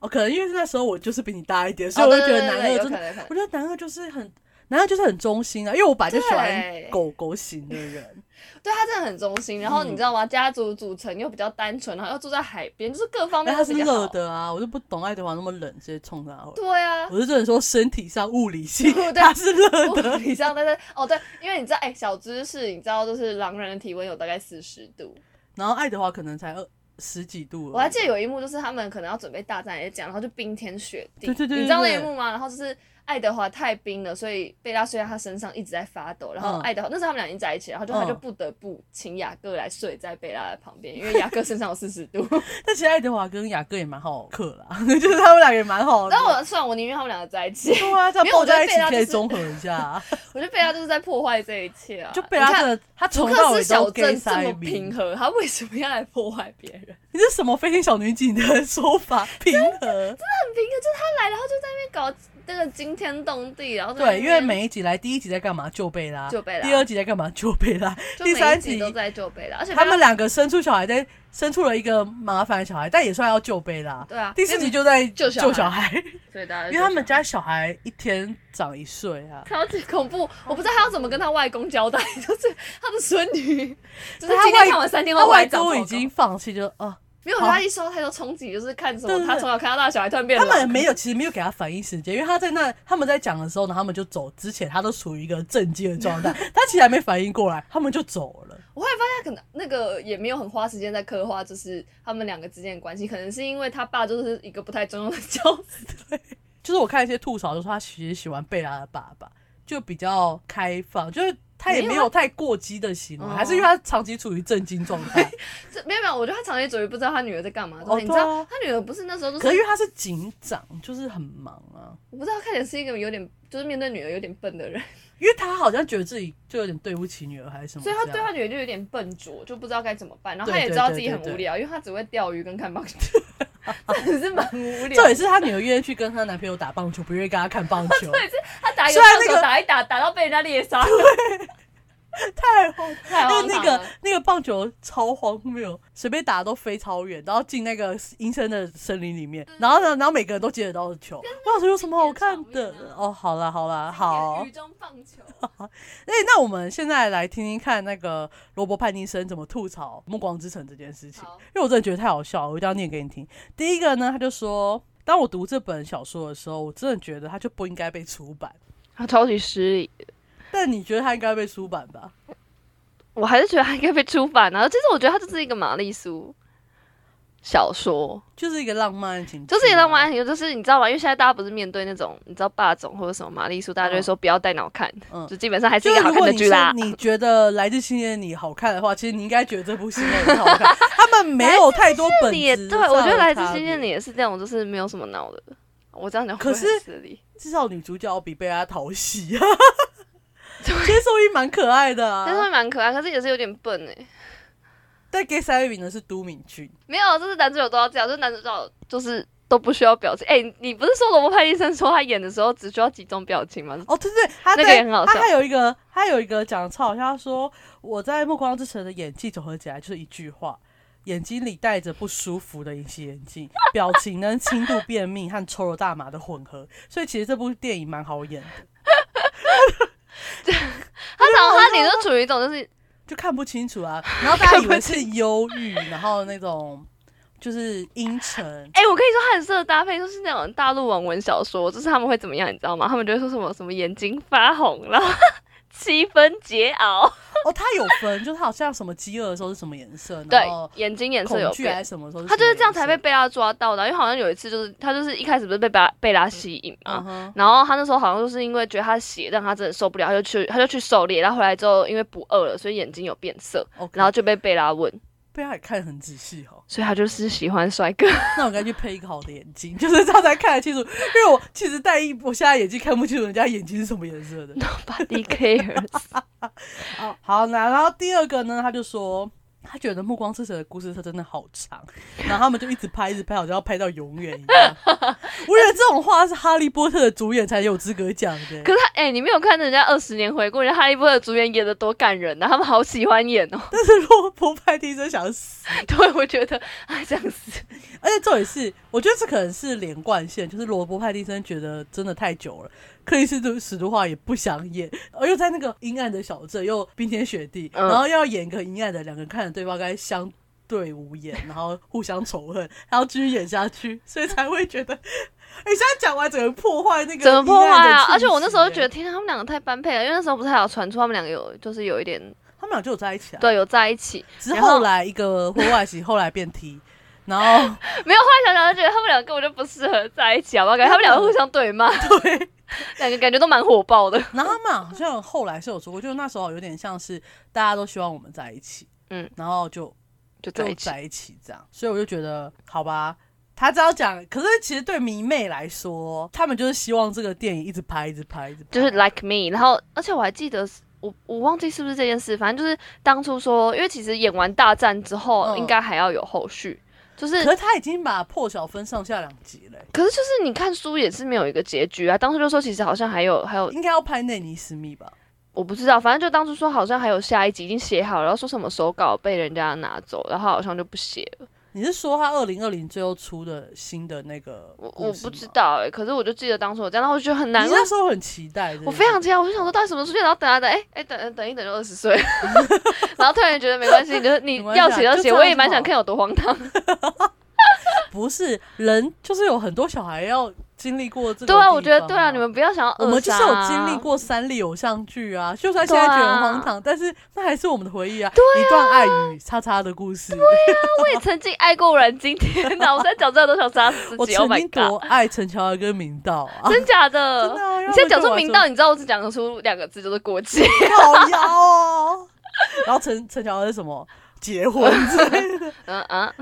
Speaker 1: 哦，可能因为那时候我就是比你大一点，所以
Speaker 2: 哦
Speaker 1: 我
Speaker 2: 对
Speaker 1: 就觉得
Speaker 2: 对对
Speaker 1: 男
Speaker 2: 对
Speaker 1: 二
Speaker 2: 有
Speaker 1: 真
Speaker 2: 可
Speaker 1: 的，
Speaker 2: 能有可能
Speaker 1: 我觉得男二就是很，男二就是很忠心啊，因为我本来就喜欢
Speaker 2: 对
Speaker 1: 狗狗型的
Speaker 2: *laughs*
Speaker 1: 人，
Speaker 2: 对他真的很忠心。
Speaker 1: 嗯
Speaker 2: 然后你知道吗？家族组成又比较单纯，然后又住在海边，就是各方面
Speaker 1: 但他
Speaker 2: 都
Speaker 1: 是
Speaker 2: 比较
Speaker 1: 热
Speaker 2: 好。
Speaker 1: 的啊，我就不懂爱德华那么冷，直接冲他回。
Speaker 2: 对
Speaker 1: *laughs*
Speaker 2: 啊，
Speaker 1: 我是真的说身体上物理性
Speaker 2: 对，
Speaker 1: 他是热
Speaker 2: 物
Speaker 1: 的，
Speaker 2: 理上，但是哦对，因为你知道，哎、小知识，你知道，就是狼人的体温有大概四十度。
Speaker 1: 然后爱德华可能才二十几度而已，
Speaker 2: 我还记得有一幕，就是他们可能要准备大战也讲，然后就冰天雪地，
Speaker 1: 对对对
Speaker 2: 你知道那
Speaker 1: 对
Speaker 2: 一
Speaker 1: 对
Speaker 2: 幕吗？然后就是爱德华太冰了，所以贝拉睡在他身上一直在发抖，然后
Speaker 1: 嗯
Speaker 2: 爱德华、那时候他们俩已经在一起，然后就他
Speaker 1: 嗯
Speaker 2: 就不得不请雅各来睡在贝拉的旁
Speaker 1: *laughs*
Speaker 2: 边，因为雅各身上有四十度。
Speaker 1: 但其实爱德华跟雅各也蛮好客啦， *laughs* 就是他们俩也蛮好的。
Speaker 2: 但我算我宁愿他们两个在一起，
Speaker 1: 对啊，这样
Speaker 2: 因为我
Speaker 1: 抱在一
Speaker 2: 觉
Speaker 1: 起
Speaker 2: 得贝拉
Speaker 1: 可以
Speaker 2: 就是
Speaker 1: 综合一下
Speaker 2: *laughs*
Speaker 1: 啊，
Speaker 2: 我觉得贝拉就是在破坏这一切啊！
Speaker 1: 就贝拉
Speaker 2: 你
Speaker 1: 真
Speaker 2: 看。
Speaker 1: 的他
Speaker 2: 福
Speaker 1: 从头到
Speaker 2: 克斯
Speaker 1: 尾都
Speaker 2: 小
Speaker 1: 给
Speaker 2: 镇这
Speaker 1: 塞
Speaker 2: 么
Speaker 1: 明
Speaker 2: 平，和，他为什么要来破坏别人？ *laughs*
Speaker 1: 你是什么飞天小女警的 *laughs* 说法？平和。
Speaker 2: 很平和，就是他来，然后就在那边搞那个惊天动地，然后在那
Speaker 1: 对，因为
Speaker 2: 边
Speaker 1: 每一集来，第一集在干嘛？救贝拉。
Speaker 2: 救贝拉啊
Speaker 1: 第二集在干嘛？救贝拉。
Speaker 2: 就
Speaker 1: 第
Speaker 2: 每一
Speaker 1: 三
Speaker 2: 集
Speaker 1: 集
Speaker 2: 都在救贝拉，而且
Speaker 1: 他
Speaker 2: 贝
Speaker 1: 们
Speaker 2: 拉
Speaker 1: 两个生出小孩，在生出了一个麻烦小孩，但也算要救贝拉。
Speaker 2: 对啊
Speaker 1: 第四集就在
Speaker 2: 救小孩
Speaker 1: 救小孩，
Speaker 2: 对大家
Speaker 1: 因为他们家小孩一天长一岁啊。
Speaker 2: 超级恐怖，我不知道他要怎么跟他外公交代，就是他的孙
Speaker 1: *laughs*
Speaker 2: 女，就是
Speaker 1: 他
Speaker 2: 今
Speaker 1: 外
Speaker 2: 天看完三天
Speaker 1: 他
Speaker 2: 后
Speaker 1: 外
Speaker 2: 来长
Speaker 1: 公
Speaker 2: 这
Speaker 1: 已
Speaker 2: 么高
Speaker 1: 经放弃，就啊，
Speaker 2: 没有
Speaker 1: 好
Speaker 2: 他一受到太多冲击，就是看什
Speaker 1: 对
Speaker 2: 么
Speaker 1: 对
Speaker 2: 他从小看到大的小孩突然变
Speaker 1: 他
Speaker 2: 老，
Speaker 1: 们没有，其实没有给他反应时间，因为他在那他们在讲的时候呢，他们就走之前，他都处于一个震惊的状
Speaker 2: *laughs*
Speaker 1: 态，他其实还没反应过来，他们就走了。
Speaker 2: 我后来发现他可能那个也没有很花时间在刻画，就是他们两个之间的关系，可能是因为他爸就是一个不太中用的角
Speaker 1: *laughs*
Speaker 2: 色，
Speaker 1: 就是我看一些吐槽，就说他其实喜欢贝拉的爸爸，就比较开放，就是他也没
Speaker 2: 没啊
Speaker 1: 有太过激的行为，
Speaker 2: 哦
Speaker 1: 还是因为他长期处于震惊状
Speaker 2: *laughs*
Speaker 1: 态。
Speaker 2: 这没有没有，我觉得他长期主义不知道他女儿在干嘛，
Speaker 1: 哦
Speaker 2: 你知
Speaker 1: 对
Speaker 2: 道
Speaker 1: 啊
Speaker 2: 他女儿不是那时候就
Speaker 1: 可是因
Speaker 2: 是
Speaker 1: 为他是警长，就是很忙啊，
Speaker 2: 我不知道看起来是一个有点就是面对女儿有点笨的人。
Speaker 1: 因为他好像觉得自己就有点对不起女儿还是什么这
Speaker 2: 所以
Speaker 1: 样，
Speaker 2: 他对他女儿就有点笨拙，就不知道该怎么办。然后
Speaker 1: 对
Speaker 2: 他也
Speaker 1: 对
Speaker 2: 知道
Speaker 1: 对
Speaker 2: 自己很
Speaker 1: 对对
Speaker 2: 无聊，因为他只会钓鱼跟看
Speaker 1: *laughs*
Speaker 2: 棒球，真的是蛮无聊
Speaker 1: 这也
Speaker 2: 的。
Speaker 1: 是他女儿愿意去跟她男朋友打棒球，不愿意跟他看棒球，
Speaker 2: *laughs* 他打一
Speaker 1: 虽
Speaker 2: 个
Speaker 1: 然
Speaker 2: 棒
Speaker 1: 那个
Speaker 2: 球打一打，打到被人家猎杀，
Speaker 1: *laughs* 太荒
Speaker 2: 太
Speaker 1: 因为
Speaker 2: 荒
Speaker 1: 那
Speaker 2: 唐
Speaker 1: 个
Speaker 2: 了。
Speaker 1: 那个棒球超荒谬，随便打都飞超远，然后进那个阴森的森林里面，然后呢，然后每个人都接得到球。我想说有什么好看的
Speaker 2: 经典场面？啊
Speaker 1: 哦，好啦好啦，好
Speaker 2: 雨。中棒球，
Speaker 1: 哎、那我们现在来听听看那个罗伯·派丁森怎么吐槽《暮光之城》这件事情，
Speaker 2: 好
Speaker 1: 因为我真的觉得太好笑了，我一定要念给你听。第一个呢，他就说，当我读这本小说的时候，我真的觉得它就不应该被出版。
Speaker 2: 他啊超级失礼。
Speaker 1: 但你觉得它应该被出版吧？
Speaker 2: 我还是觉得他应该被出版啊。其实我觉得他就是一个玛丽苏小说，
Speaker 1: 就是一个浪漫爱情剧啊，
Speaker 2: 就是也让我爱情，就是你知道吗？因为现在大家不是面对那种你知道霸总或者什么玛丽苏，大家就会说不要带脑看，
Speaker 1: 嗯
Speaker 2: 就基本上还是
Speaker 1: 就
Speaker 2: 一个好
Speaker 1: 如
Speaker 2: 看
Speaker 1: 果
Speaker 2: 的
Speaker 1: 你
Speaker 2: 剧
Speaker 1: 是
Speaker 2: 啦。
Speaker 1: 你觉得《来自星星的你》好看的话，其实你应该觉得这部戏也很好看。他们没有太多本
Speaker 2: 也
Speaker 1: 质
Speaker 2: 对，我
Speaker 1: 上
Speaker 2: 觉得
Speaker 1: 的
Speaker 2: 来自
Speaker 1: 差
Speaker 2: 星
Speaker 1: 别
Speaker 2: 星你也是这种，就是没有什么脑的。我这样讲会
Speaker 1: 可
Speaker 2: 不会
Speaker 1: 是
Speaker 2: 很失礼，
Speaker 1: 至少女主角比贝拉讨喜 *laughs* 啊。接受一蛮可爱的
Speaker 2: *laughs* 但是会
Speaker 1: 啊，
Speaker 2: 蛮可爱，可是也是有点笨哎、
Speaker 1: 但 gay 三名的是都敏俊，
Speaker 2: 没有，就是男主角都要这样，就是男主角就是都不需要表情。哎、你你不是说罗伯派医生说他演的时候只需要几种表情吗？
Speaker 1: 哦，对对，他
Speaker 2: 那
Speaker 1: 在
Speaker 2: 个也很好
Speaker 1: 他
Speaker 2: 笑
Speaker 1: 还有一个，他有一个讲得超好笑，他说我在《暮光之城》的演技总合起来就是一句话：眼睛里带着不舒服的隐形眼镜，表情呢轻度便秘和抽了大麻的混合，所以其实这部电影蛮好演的。
Speaker 2: 他长他脸就处于一种就是
Speaker 1: 就看不清楚啊。然后大家以为是忧郁，然后那种就是阴沉，
Speaker 2: 哎、我跟你说，汉色的搭配就是那种大陆网文小说，就是他们会怎么样，你知道吗？他们就会说什么什么眼睛发红了， *laughs* 七分桀骜，
Speaker 1: 哦，他有分，就是他好像什么饥饿的时候是什么颜色，
Speaker 2: 对
Speaker 1: 然后，
Speaker 2: 眼睛颜色有
Speaker 1: 恐惧还
Speaker 2: 变。
Speaker 1: 是什么时候，
Speaker 2: 他就是这样才被。贝拉抓到的啊，因为好像有一次就是他就是一开始不是被贝拉贝拉吸引嘛
Speaker 1: 嗯，哼，
Speaker 2: 然后他那时候好像就是因为觉得他血让他真的受不了，他就去他就去狩猎，然后回来之后因为不饿了，所以眼睛有变色，
Speaker 1: OK
Speaker 2: 然后就被贝拉问，
Speaker 1: 被他也看得很仔细哦，
Speaker 2: 所以他就是喜欢帅哥。 *laughs*
Speaker 1: 那我应该去配一个好的眼睛， *laughs* 就是这样才看得清楚。因为我其实戴一，我现在眼睛看不清楚人家眼睛是什么颜色的。
Speaker 2: Nobody cares，
Speaker 1: 好，那然后第二个呢，他就说他觉得《暮光之城》的故事它真的好长，然后他们就一直拍，一直拍，好像要拍到永远一样。我觉得这种话是《哈利波特》的主演才有资格讲的。欸
Speaker 2: 可是他哎、你没有看人家二十年回顾，人家哈利波特主演演的多感人呐、啊他们好喜欢演哦。 *laughs*
Speaker 1: 但是洛伯派蒂真想死，
Speaker 2: 对，我觉得啊，这样子，
Speaker 1: 而且这也是我觉得这可能是连贯线，就是罗伯派蒂森觉得真的太久了，克里斯图史都华也不想演，而又在那个阴暗的小镇又冰天雪地，
Speaker 2: 嗯
Speaker 1: 然后要演一个阴暗的，两个人看着对方该相。对无言，然后互相仇恨，还要继续演下去，所以才会觉得，哎、现在讲完整个破坏那个
Speaker 2: 怎么破
Speaker 1: 阴暗
Speaker 2: 坏
Speaker 1: 的
Speaker 2: 啊？
Speaker 1: 气
Speaker 2: 而且我那时候
Speaker 1: 息
Speaker 2: 就觉得，天啊，他们两个太般配了，因为那时候不是还有传出他们两个有就是有一点
Speaker 1: 他们俩就有在一起啊，，
Speaker 2: 对有在一起，
Speaker 1: 只是
Speaker 2: 然后
Speaker 1: 后来一个婚外情，后来变 T，然后
Speaker 2: 没有后来想想就觉得他们两个根本就不适合在一
Speaker 1: *laughs*
Speaker 2: 起，好不好？感觉他们两个互相对骂，
Speaker 1: 对，
Speaker 2: 两个感觉都蛮火爆的。
Speaker 1: 然后他们好像后来是有说过，就是那时候有点像是大家都希望我们在一起，
Speaker 2: 嗯，
Speaker 1: 然后就
Speaker 2: 就在
Speaker 1: 就
Speaker 2: 一起，
Speaker 1: 在一起这样，所以我就觉得好吧。他这样讲，可是其实对迷妹来说，他们就是希望这个电影一直拍，一直拍，一直拍。
Speaker 2: 就是 like me。然后，而且我还记得是，我我忘记是不是这件事，反正就是当初说，因为其实演完大战之后，
Speaker 1: 嗯
Speaker 2: 应该还要有后续，就是
Speaker 1: 可是他已经把破晓分上下两集了、欸
Speaker 2: 可是就是你看书也是没有一个结局啊。当初就说其实好像还有还有，
Speaker 1: 应该要拍内尼斯密吧？
Speaker 2: 我不知道，反正就当初说好像还有下一集已经写好了，然后说什么手稿被人家拿走，然后好像就不写了。
Speaker 1: 你是说他二零二零最后出的新的那个
Speaker 2: 我
Speaker 1: 故
Speaker 2: 我
Speaker 1: 事
Speaker 2: 不
Speaker 1: 吗
Speaker 2: 知，道哎、可是我就记得当初我这样，然后我就觉得很难
Speaker 1: 你
Speaker 2: 过。
Speaker 1: 那时候很期待
Speaker 2: 我非常期待，我就想说到底什么时候出现，然后等啊等，哎、哎、等等一等就二十
Speaker 1: *laughs*
Speaker 2: 岁， *laughs* 然后突然觉得没关系，就是你
Speaker 1: 没关系啊
Speaker 2: 要写就
Speaker 1: 就这
Speaker 2: 写，
Speaker 1: 样
Speaker 2: 我也
Speaker 1: 就
Speaker 2: 蛮
Speaker 1: 好
Speaker 2: 想看有多荒唐。
Speaker 1: 不是人，就是有很多小孩要经历过这个地
Speaker 2: 对
Speaker 1: 方。
Speaker 2: 啊，我觉得对啊，你们不要想要
Speaker 1: 我
Speaker 2: 扼
Speaker 1: 们就
Speaker 2: 杀
Speaker 1: 是有
Speaker 2: 啊
Speaker 1: 经历过三立偶像剧啊，就算现在觉得很荒唐，但是那还是我们的回忆啊，一段爱与叉叉的故事。
Speaker 2: 我也 *laughs* 曾经爱过人，今天呐，我在讲这个都想杀死
Speaker 1: 我
Speaker 2: 自己。Oh
Speaker 1: 曾
Speaker 2: my
Speaker 1: 经
Speaker 2: god！
Speaker 1: 多爱陈乔恩跟明道啊， *laughs*
Speaker 2: 真假的？
Speaker 1: 真的啊
Speaker 2: 你现在讲出明，
Speaker 1: 要
Speaker 2: 道，你知道我只讲得出两个字，就是过界。
Speaker 1: 不然对我来说好妖哦。然后陈陈乔恩是什么结婚之
Speaker 2: *laughs*
Speaker 1: 类的。
Speaker 2: *laughs* 嗯啊，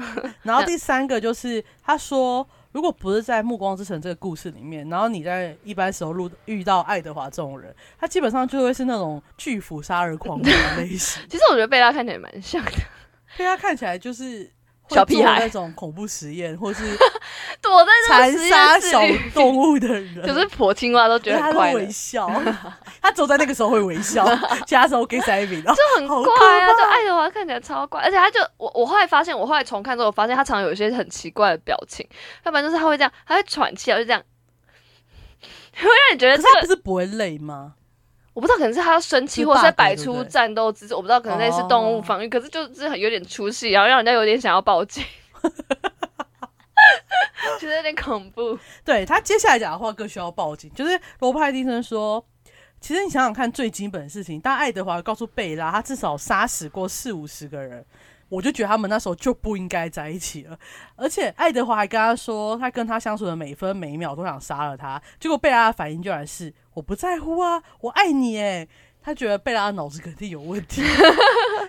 Speaker 1: 然后第三个就是他说。如果不是在《暮光之城》这个故事里面，然后你在一般时候路遇到爱德华这种人，他基本上就会是那种巨斧杀人狂魔的类
Speaker 2: *laughs*
Speaker 1: 型。
Speaker 2: 其实我觉得贝拉看起来蛮像的， *laughs*
Speaker 1: 对他看起来就是会
Speaker 2: 小屁
Speaker 1: 做
Speaker 2: 孩
Speaker 1: 那种恐怖实验，或是
Speaker 2: 躲在那
Speaker 1: 残
Speaker 2: 个实
Speaker 1: 杀
Speaker 2: 验室
Speaker 1: 小
Speaker 2: *laughs* 里，
Speaker 1: 动物的人。
Speaker 2: 可是婆青蛙都觉
Speaker 1: 因为
Speaker 2: 得
Speaker 1: 他
Speaker 2: 很
Speaker 1: 在
Speaker 2: 快乐
Speaker 1: 微，笑， *laughs* 他只有在那个时候会微笑，其他时候给塞饼。然后
Speaker 2: *laughs* 就很
Speaker 1: 好
Speaker 2: 怪啊！
Speaker 1: 可怕
Speaker 2: 就爱德华看起来超怪，而且他就我我后来发现，我后来重看之后，我发现他常常有一些很奇怪的表情，要不然就是他会这样，他会喘气，然啊后就这样， *laughs* 会让你觉得
Speaker 1: 可
Speaker 2: 这
Speaker 1: 是他
Speaker 2: 个
Speaker 1: 不是不会累吗？
Speaker 2: 我不知道，可能是他生气，
Speaker 1: 是
Speaker 2: 或者是
Speaker 1: bug，
Speaker 2: 在摆
Speaker 1: 对
Speaker 2: 出
Speaker 1: 不对哦
Speaker 2: 战斗姿势，我不知道，可能类似动物防御，可是就是很有点出戏，然后让人家有点想要
Speaker 1: *laughs*
Speaker 2: 报警，觉得有点恐怖。
Speaker 1: 对他接下来讲的话更需要报警，就是罗伯派丁森说。其实你想想看，最基本的事情，当爱德华告诉贝拉，他至少杀死过四五十个人，我就觉得他们那时候就不应该在一起了。而且爱德华还跟他说，他跟他相处的每分每秒都想杀了他，结果贝拉的反应居然是我不在乎啊，我爱你诶。他觉得贝拉的脑子肯定有问题，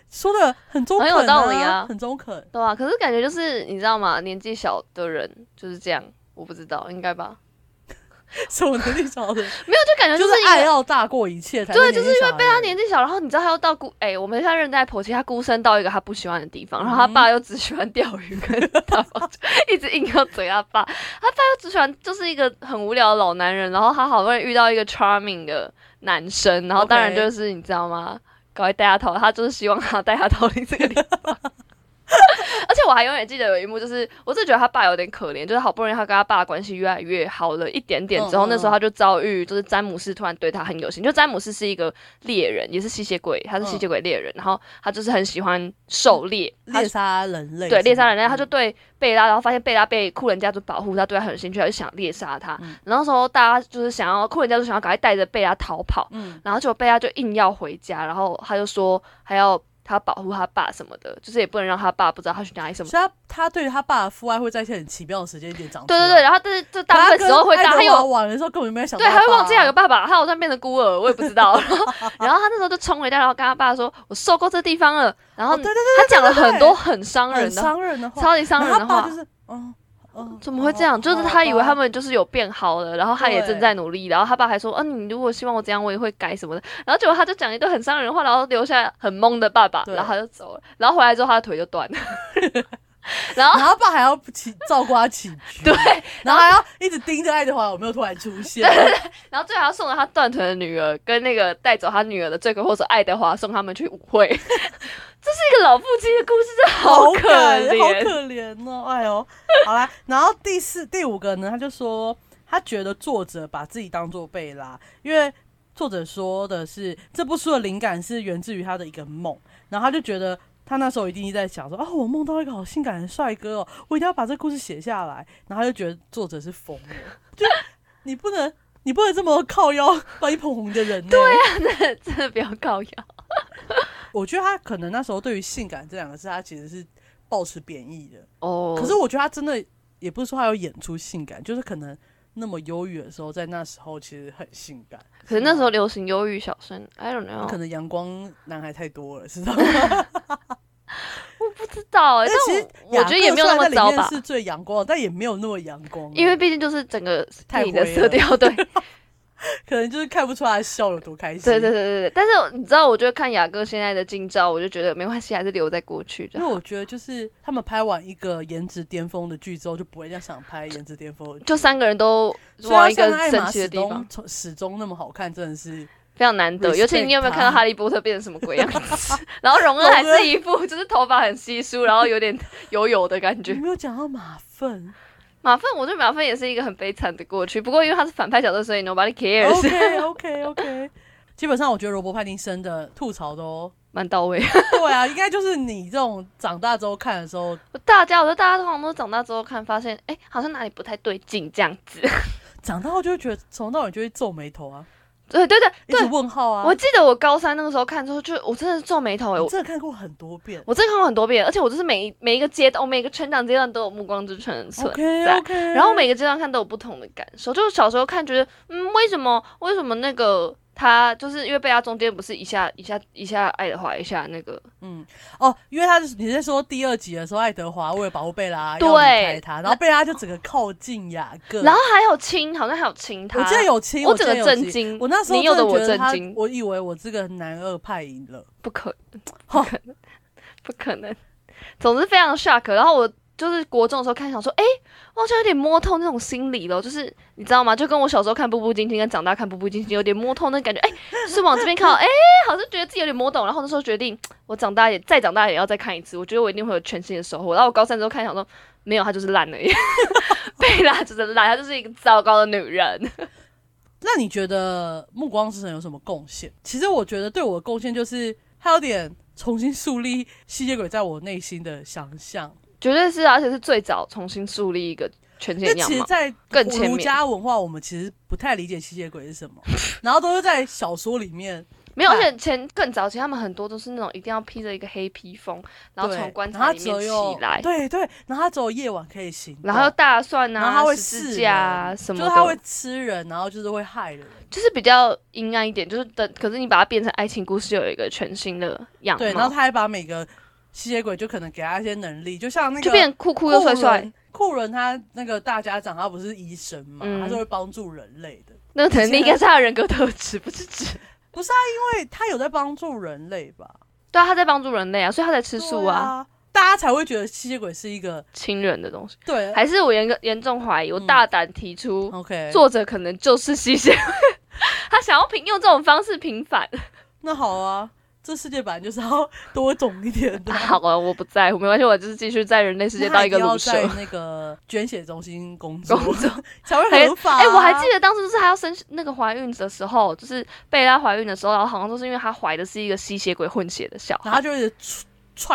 Speaker 1: 说的很中肯、
Speaker 2: 很有道理啊
Speaker 1: 很中
Speaker 2: *laughs*
Speaker 1: 肯。
Speaker 2: 对啊，可是感觉就是你知道吗？年纪小的人就是这样，我不知道，应该吧？
Speaker 1: 是我能力小的，
Speaker 2: 没有，就感觉
Speaker 1: 就是
Speaker 2: 是
Speaker 1: 爱
Speaker 2: 因为。
Speaker 1: 要大过一切才
Speaker 2: 对，
Speaker 1: 年纪
Speaker 2: 就是因为
Speaker 1: 小
Speaker 2: 被他
Speaker 1: 而已
Speaker 2: 年纪小，然后你知道他又到孤，哎、我们现在认在婆媳，他孤身到一个他不喜欢的地方，然后他
Speaker 1: 嗯
Speaker 2: 爸又只喜欢钓鱼跟打棒球，一直硬要嘴他爸，他爸又只喜欢就是一个很无聊的老男人，然后他好不容易遇到一个 charming 的男生，然后当然
Speaker 1: OK
Speaker 2: 就是你知道吗？搞快带他逃，他就是希望他带他逃离这个地方。 *laughs* 而且我还永远记得有一幕，就是我真的觉得他爸有点可怜，就是好不容易他跟他爸关系越来越好了一点点之后，
Speaker 1: 嗯嗯
Speaker 2: 那时候他就遭遇，就是詹姆斯突然对他很有心，就詹姆斯是一个猎人，也是吸血鬼，
Speaker 1: 嗯
Speaker 2: 他是吸血鬼猎人，然后他就是很喜欢狩猎，他
Speaker 1: 猎杀人类，嗯
Speaker 2: 对猎杀人类，他就对贝拉，然后发现贝拉被酷人家族保护，他对他很有兴趣，他就想猎杀他。
Speaker 1: 嗯
Speaker 2: 然后那时候大家就是想要酷人家族想要赶快带着贝拉逃跑，
Speaker 1: 嗯，
Speaker 2: 然后结果贝拉就硬要回家，然后他就说还要他保护他爸什么的，就是也不能让他爸不知道他去哪里什么
Speaker 1: 所。以他他对于他爸的父爱会在一些很奇妙的时间点长出
Speaker 2: 对
Speaker 1: 来。
Speaker 2: 对对，然后但是就大部分时候会
Speaker 1: 可是
Speaker 2: 这样，
Speaker 1: 他
Speaker 2: 他
Speaker 1: 跟爱德华
Speaker 2: 有
Speaker 1: 玩的时候根本就没有想到
Speaker 2: 对，
Speaker 1: 他爸，
Speaker 2: 还会忘记他有个爸爸，他好像变成孤儿，我也不知道。然后然后他那时候就冲回家，然后跟他爸说：“我受够这地方了。”然后
Speaker 1: 哦对对
Speaker 2: *laughs* 他讲了很多很伤
Speaker 1: 很
Speaker 2: 人的、
Speaker 1: 伤人的话，
Speaker 2: 超级伤人的
Speaker 1: 然后他
Speaker 2: 话
Speaker 1: 爸就。是嗯嗯，
Speaker 2: 怎么会这样？就是他以为他们就是有变好了，然后他也
Speaker 1: 对
Speaker 2: 正在努力，然后他爸还说：“啊，你如果希望我怎样，我也会改什么的。”然后结果他就讲一堆很伤人的话，然后留下很懵的爸爸，
Speaker 1: 对
Speaker 2: 然后他就走了。然后回来之后，他的腿就
Speaker 1: *laughs*
Speaker 2: 断了。然后 *laughs*
Speaker 1: 然后他爸还要起照顾他起居，
Speaker 2: 啊对，
Speaker 1: 然后还要一直盯着爱德华有没有突然出现，
Speaker 2: 然后最后还要送了他断腿的女儿跟那个带走他女儿的罪魁祸首爱德华送他们去舞会， *laughs* 这是一个老夫妻的故事，真的好可
Speaker 1: 感人好
Speaker 2: 怜。
Speaker 1: 可怜哦！哎呦，好啦，然后第四、第五个呢，他就说他觉得作者把自己当做贝拉，因为作者说的是这部书的灵感是源自于他的一个梦，然后他就觉得。他那时候一定在想说啊，我梦到一个好性感的帅哥哦，我一定要把这故事写下来。然后他就觉得作者是疯了，就你不能，你不能这么靠腰把你捧红的人呢、对
Speaker 2: 啊真的不要靠腰。
Speaker 1: 我觉得他可能那时候对于性感这两个字，他其实是抱持贬义的。
Speaker 2: 哦
Speaker 1: 可是我觉得他真的也不是说他有演出性感，就是可能那么忧郁的时候，在那时候其实很性感。
Speaker 2: 可是那时候哦流行忧郁小生，I don't
Speaker 1: 可
Speaker 2: know，
Speaker 1: 能阳光男孩太多了， *laughs* 知道吗？
Speaker 2: 不知道哎、
Speaker 1: 但其实
Speaker 2: 但 *laughs* 我我觉得也没有那么
Speaker 1: 雅各虽然
Speaker 2: 糟
Speaker 1: 在里面
Speaker 2: 吧，
Speaker 1: 是最阳光，但也没有那么阳光，
Speaker 2: 因为毕竟就是整个
Speaker 1: 太
Speaker 2: 电影的
Speaker 1: 灰
Speaker 2: 色
Speaker 1: 了
Speaker 2: 调，对
Speaker 1: *laughs* 可能就是看不出他笑有多开心。
Speaker 2: 对
Speaker 1: *laughs*
Speaker 2: 对对对对。但是你知道，我就看雅各现在的近照，我就觉得没关系，还是留在过去就
Speaker 1: 因
Speaker 2: 好
Speaker 1: 为我觉得，就是他们拍完一个颜值巅峰的剧之后，就不会再想拍颜值巅峰的剧。
Speaker 2: 就三个人都
Speaker 1: 虽
Speaker 2: 往
Speaker 1: 然
Speaker 2: 一个
Speaker 1: 像艾
Speaker 2: 神
Speaker 1: 玛
Speaker 2: 奇的
Speaker 1: 始
Speaker 2: 地方
Speaker 1: 终。从始终那么好看，真的是
Speaker 2: 非常难得，
Speaker 1: Respect
Speaker 2: 尤其你有没有看到
Speaker 1: 他
Speaker 2: 哈利波特变成什么鬼样
Speaker 1: *laughs*
Speaker 2: 子？然后荣恩还是一副就是头发很稀疏，然后有点油油的感
Speaker 1: 你
Speaker 2: 觉。
Speaker 1: 没有讲到马粪。
Speaker 2: 马粪，我对马粪也是一个很悲惨的过去。不过因为他是反派角色，所以 nobody cares，
Speaker 1: OK OK OK，基本上我觉得罗伯·派丁森的吐槽都
Speaker 2: 蛮到位。
Speaker 1: 对啊，应该就是你这种长大之后看的时候，
Speaker 2: 大家，我觉得大家通常都长大之后看，发现哎、诶好像哪里不太对劲这样子。 *laughs*
Speaker 1: 长大后就会觉得从头到尾就会皱眉头啊，
Speaker 2: 对对对
Speaker 1: 一直
Speaker 2: 对，
Speaker 1: 问号啊。
Speaker 2: 我记得我高三那个时候看之后，就我真的是皱眉头哎、
Speaker 1: 我
Speaker 2: 我
Speaker 1: 真的看过很多遍。
Speaker 2: 我真的看过很多遍，而且我就是每一每一个阶段，我哦每一个成长阶段都有《暮光之城》存
Speaker 1: OK
Speaker 2: 在
Speaker 1: OK，
Speaker 2: 然后每个阶段看都有不同的感受，就是小时候看觉得，嗯，为什么为什么那个他就是因为贝拉中间不是一下一下一下爱德华一下那个，
Speaker 1: 嗯哦，因为他是你在说第二集的时候，爱德华为了保护贝拉
Speaker 2: 对
Speaker 1: 要离开他，然后贝拉就整个靠近雅各，
Speaker 2: 然后还有亲，好像还有亲他，
Speaker 1: 我记得有亲，
Speaker 2: 我
Speaker 1: 记
Speaker 2: 整
Speaker 1: 得
Speaker 2: 个
Speaker 1: 有
Speaker 2: 震
Speaker 1: 亲。
Speaker 2: 惊，
Speaker 1: 我那时候
Speaker 2: 你有
Speaker 1: 真
Speaker 2: 的
Speaker 1: 的
Speaker 2: 我
Speaker 1: 觉得
Speaker 2: 震
Speaker 1: 他
Speaker 2: 惊，，
Speaker 1: 我以为我这个男二派赢了，
Speaker 2: 不可
Speaker 1: 好
Speaker 2: 不可能，不可能，总之非常 shock。然后我就是国中的时候看，想说，哎、我好像有点摸透那种心理了，就是你知道吗？就跟我小时候看《步步惊心》跟长大看《步步惊心》有点摸透那感觉，哎、就是往这边靠，哎、好像觉得自己有点摸懂。然后那时候决定，我长大也再长大也要再看一次，我觉得我一定会有全新的收获。然后我高三之后看，想说。没有，她就是烂而已。贝拉就是烂，她就是一个糟糕的女人。
Speaker 1: 那你觉得《暮光之城》有什么贡献？其实我觉得对我的贡献就是，它有点重新树立吸血鬼在我内心的想象。
Speaker 2: 绝对是，而且是最早重新树立一个全
Speaker 1: 因
Speaker 2: 新
Speaker 1: 为
Speaker 2: 的
Speaker 1: 其
Speaker 2: 样
Speaker 1: 实，
Speaker 2: 貌。
Speaker 1: 在
Speaker 2: 更前面
Speaker 1: 儒家文化，我们其实不太理解吸血鬼是什么，然后都是在小说里面，
Speaker 2: 没有，
Speaker 1: 哎
Speaker 2: 而且前更早期他们很多都是那种一定要披着一个黑披风，然后
Speaker 1: 对
Speaker 2: 从棺
Speaker 1: 然
Speaker 2: 材
Speaker 1: 后
Speaker 2: 里
Speaker 1: 它
Speaker 2: 面
Speaker 1: 只有
Speaker 2: 起来，
Speaker 1: 对对，然后它只有夜晚可以行动，
Speaker 2: 然后大蒜
Speaker 1: 然后
Speaker 2: 啊、
Speaker 1: 它会
Speaker 2: 十
Speaker 1: 刺
Speaker 2: 字
Speaker 1: 人
Speaker 2: 架啊什么
Speaker 1: 就是它会
Speaker 2: 的，
Speaker 1: 吃人，然后就是会害人，
Speaker 2: 就是比较阴暗一点，就是等，可是你把它变成爱情故事，有一个全新的样
Speaker 1: 对，然后
Speaker 2: 貌，
Speaker 1: 他还把每个吸血鬼就可能给他一些能力，就像那个
Speaker 2: 就变酷酷又帅帅。
Speaker 1: 人。酷人他那个大家长，他不是医生嘛，
Speaker 2: 嗯
Speaker 1: 他是会帮助人类的。
Speaker 2: 那个能力应该是他的人格特质，不
Speaker 1: *laughs*
Speaker 2: 是指。
Speaker 1: 对，他有在帮助人类吧？
Speaker 2: 对啊，他在帮助人类啊，所以他在吃素
Speaker 1: 对
Speaker 2: 啊，
Speaker 1: 啊，大家才会觉得吸血鬼是一个
Speaker 2: 亲人的东西。
Speaker 1: 对。
Speaker 2: 还是我严格严重怀疑，我
Speaker 1: 嗯
Speaker 2: 大胆提出，
Speaker 1: OK，
Speaker 2: 作者可 *laughs* 能就是吸血鬼，他想要平用这种方式平反。
Speaker 1: 那好啊，这世界本来就是要多种一点的。
Speaker 2: *laughs* 好了，我不在乎，没关系，我就是继续在人类世界当一个
Speaker 1: 那
Speaker 2: 卤
Speaker 1: 你要
Speaker 2: 蛇
Speaker 1: 在。那个捐血中心工作
Speaker 2: 工作，
Speaker 1: *laughs* 才会
Speaker 2: 哎
Speaker 1: 合法、啊。
Speaker 2: *laughs* 哎、我还记得当时就是她要生那个怀孕的时候，就是贝拉怀孕的时候，然后好像都是因为她怀的是一个吸血鬼混血的小
Speaker 1: 然后他就
Speaker 2: 孩，
Speaker 1: 一直踹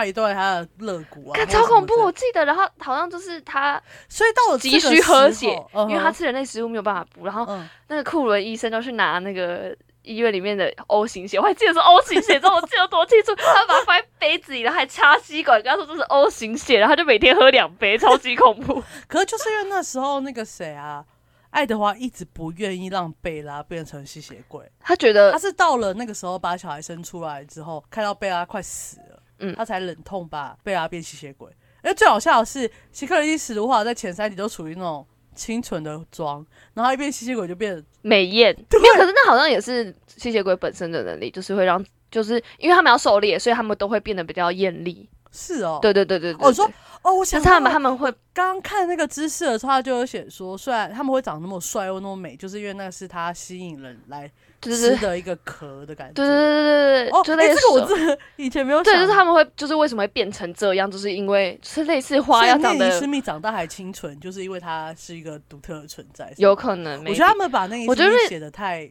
Speaker 1: 踹断他的肋骨啊，或者
Speaker 2: 看超
Speaker 1: 什么
Speaker 2: 恐
Speaker 1: 之
Speaker 2: 怖，
Speaker 1: 类
Speaker 2: 我
Speaker 1: 的！
Speaker 2: 记得。然后好像就是她
Speaker 1: 所以到了这
Speaker 2: 急
Speaker 1: 个
Speaker 2: 需喝
Speaker 1: 时
Speaker 2: 血
Speaker 1: 候，嗯哼、
Speaker 2: 因为她吃人类食物没有办法补，然后
Speaker 1: 嗯，
Speaker 2: 那个库伦医生就去拿那个医院里面的 O 型血，我还记得是 O 型血，之后我记得多清楚，他把它放在杯子里，然后还插吸管，跟他说这是 O 型血，然后他就每天喝两杯，超级恐
Speaker 1: *laughs*
Speaker 2: 怖。
Speaker 1: 可是就是因为那时候那个谁啊，爱德华一直不愿意让贝拉变成吸血鬼，
Speaker 2: 他觉
Speaker 1: 他
Speaker 2: 得
Speaker 1: 是到了那个时候把小孩生出来之后，看到贝拉快死了，
Speaker 2: 嗯
Speaker 1: 他才忍痛把贝拉变吸血鬼。而最好笑的是，希克利史卢华在前三集都处于那种清纯的妆，然后他一变吸血鬼就变
Speaker 2: 美艳，没有，可是那好像也是吸血鬼本身的能力，就是会让。就是因为他们要狩猎，所以他们都会变得比较艳丽。
Speaker 1: 是哦，
Speaker 2: 对对对对对
Speaker 1: 哦，你说
Speaker 2: 对
Speaker 1: 哦，我
Speaker 2: 就
Speaker 1: 想
Speaker 2: 是他
Speaker 1: 到
Speaker 2: 们
Speaker 1: 了
Speaker 2: 他们会
Speaker 1: 刚刚看那个知识的时候，他就有写说，虽然他们会长那么帅又那么美，就是因为那是他吸引人来
Speaker 2: 就是
Speaker 1: 吃的一个壳的感觉。
Speaker 2: 对对对对对
Speaker 1: 哦，
Speaker 2: 呃对，就
Speaker 1: 诶
Speaker 2: 类似
Speaker 1: 这个我真的以前没有想。
Speaker 2: 对，就是他们会就是为什么会变成这样，就是因为就是类似花
Speaker 1: 所以
Speaker 2: 要长
Speaker 1: 内
Speaker 2: 得
Speaker 1: 伊斯密长大还清纯，就是因为他是一个独特的存在。
Speaker 2: 有可能。
Speaker 1: 我觉得他们把那个
Speaker 2: 我觉得
Speaker 1: 写的太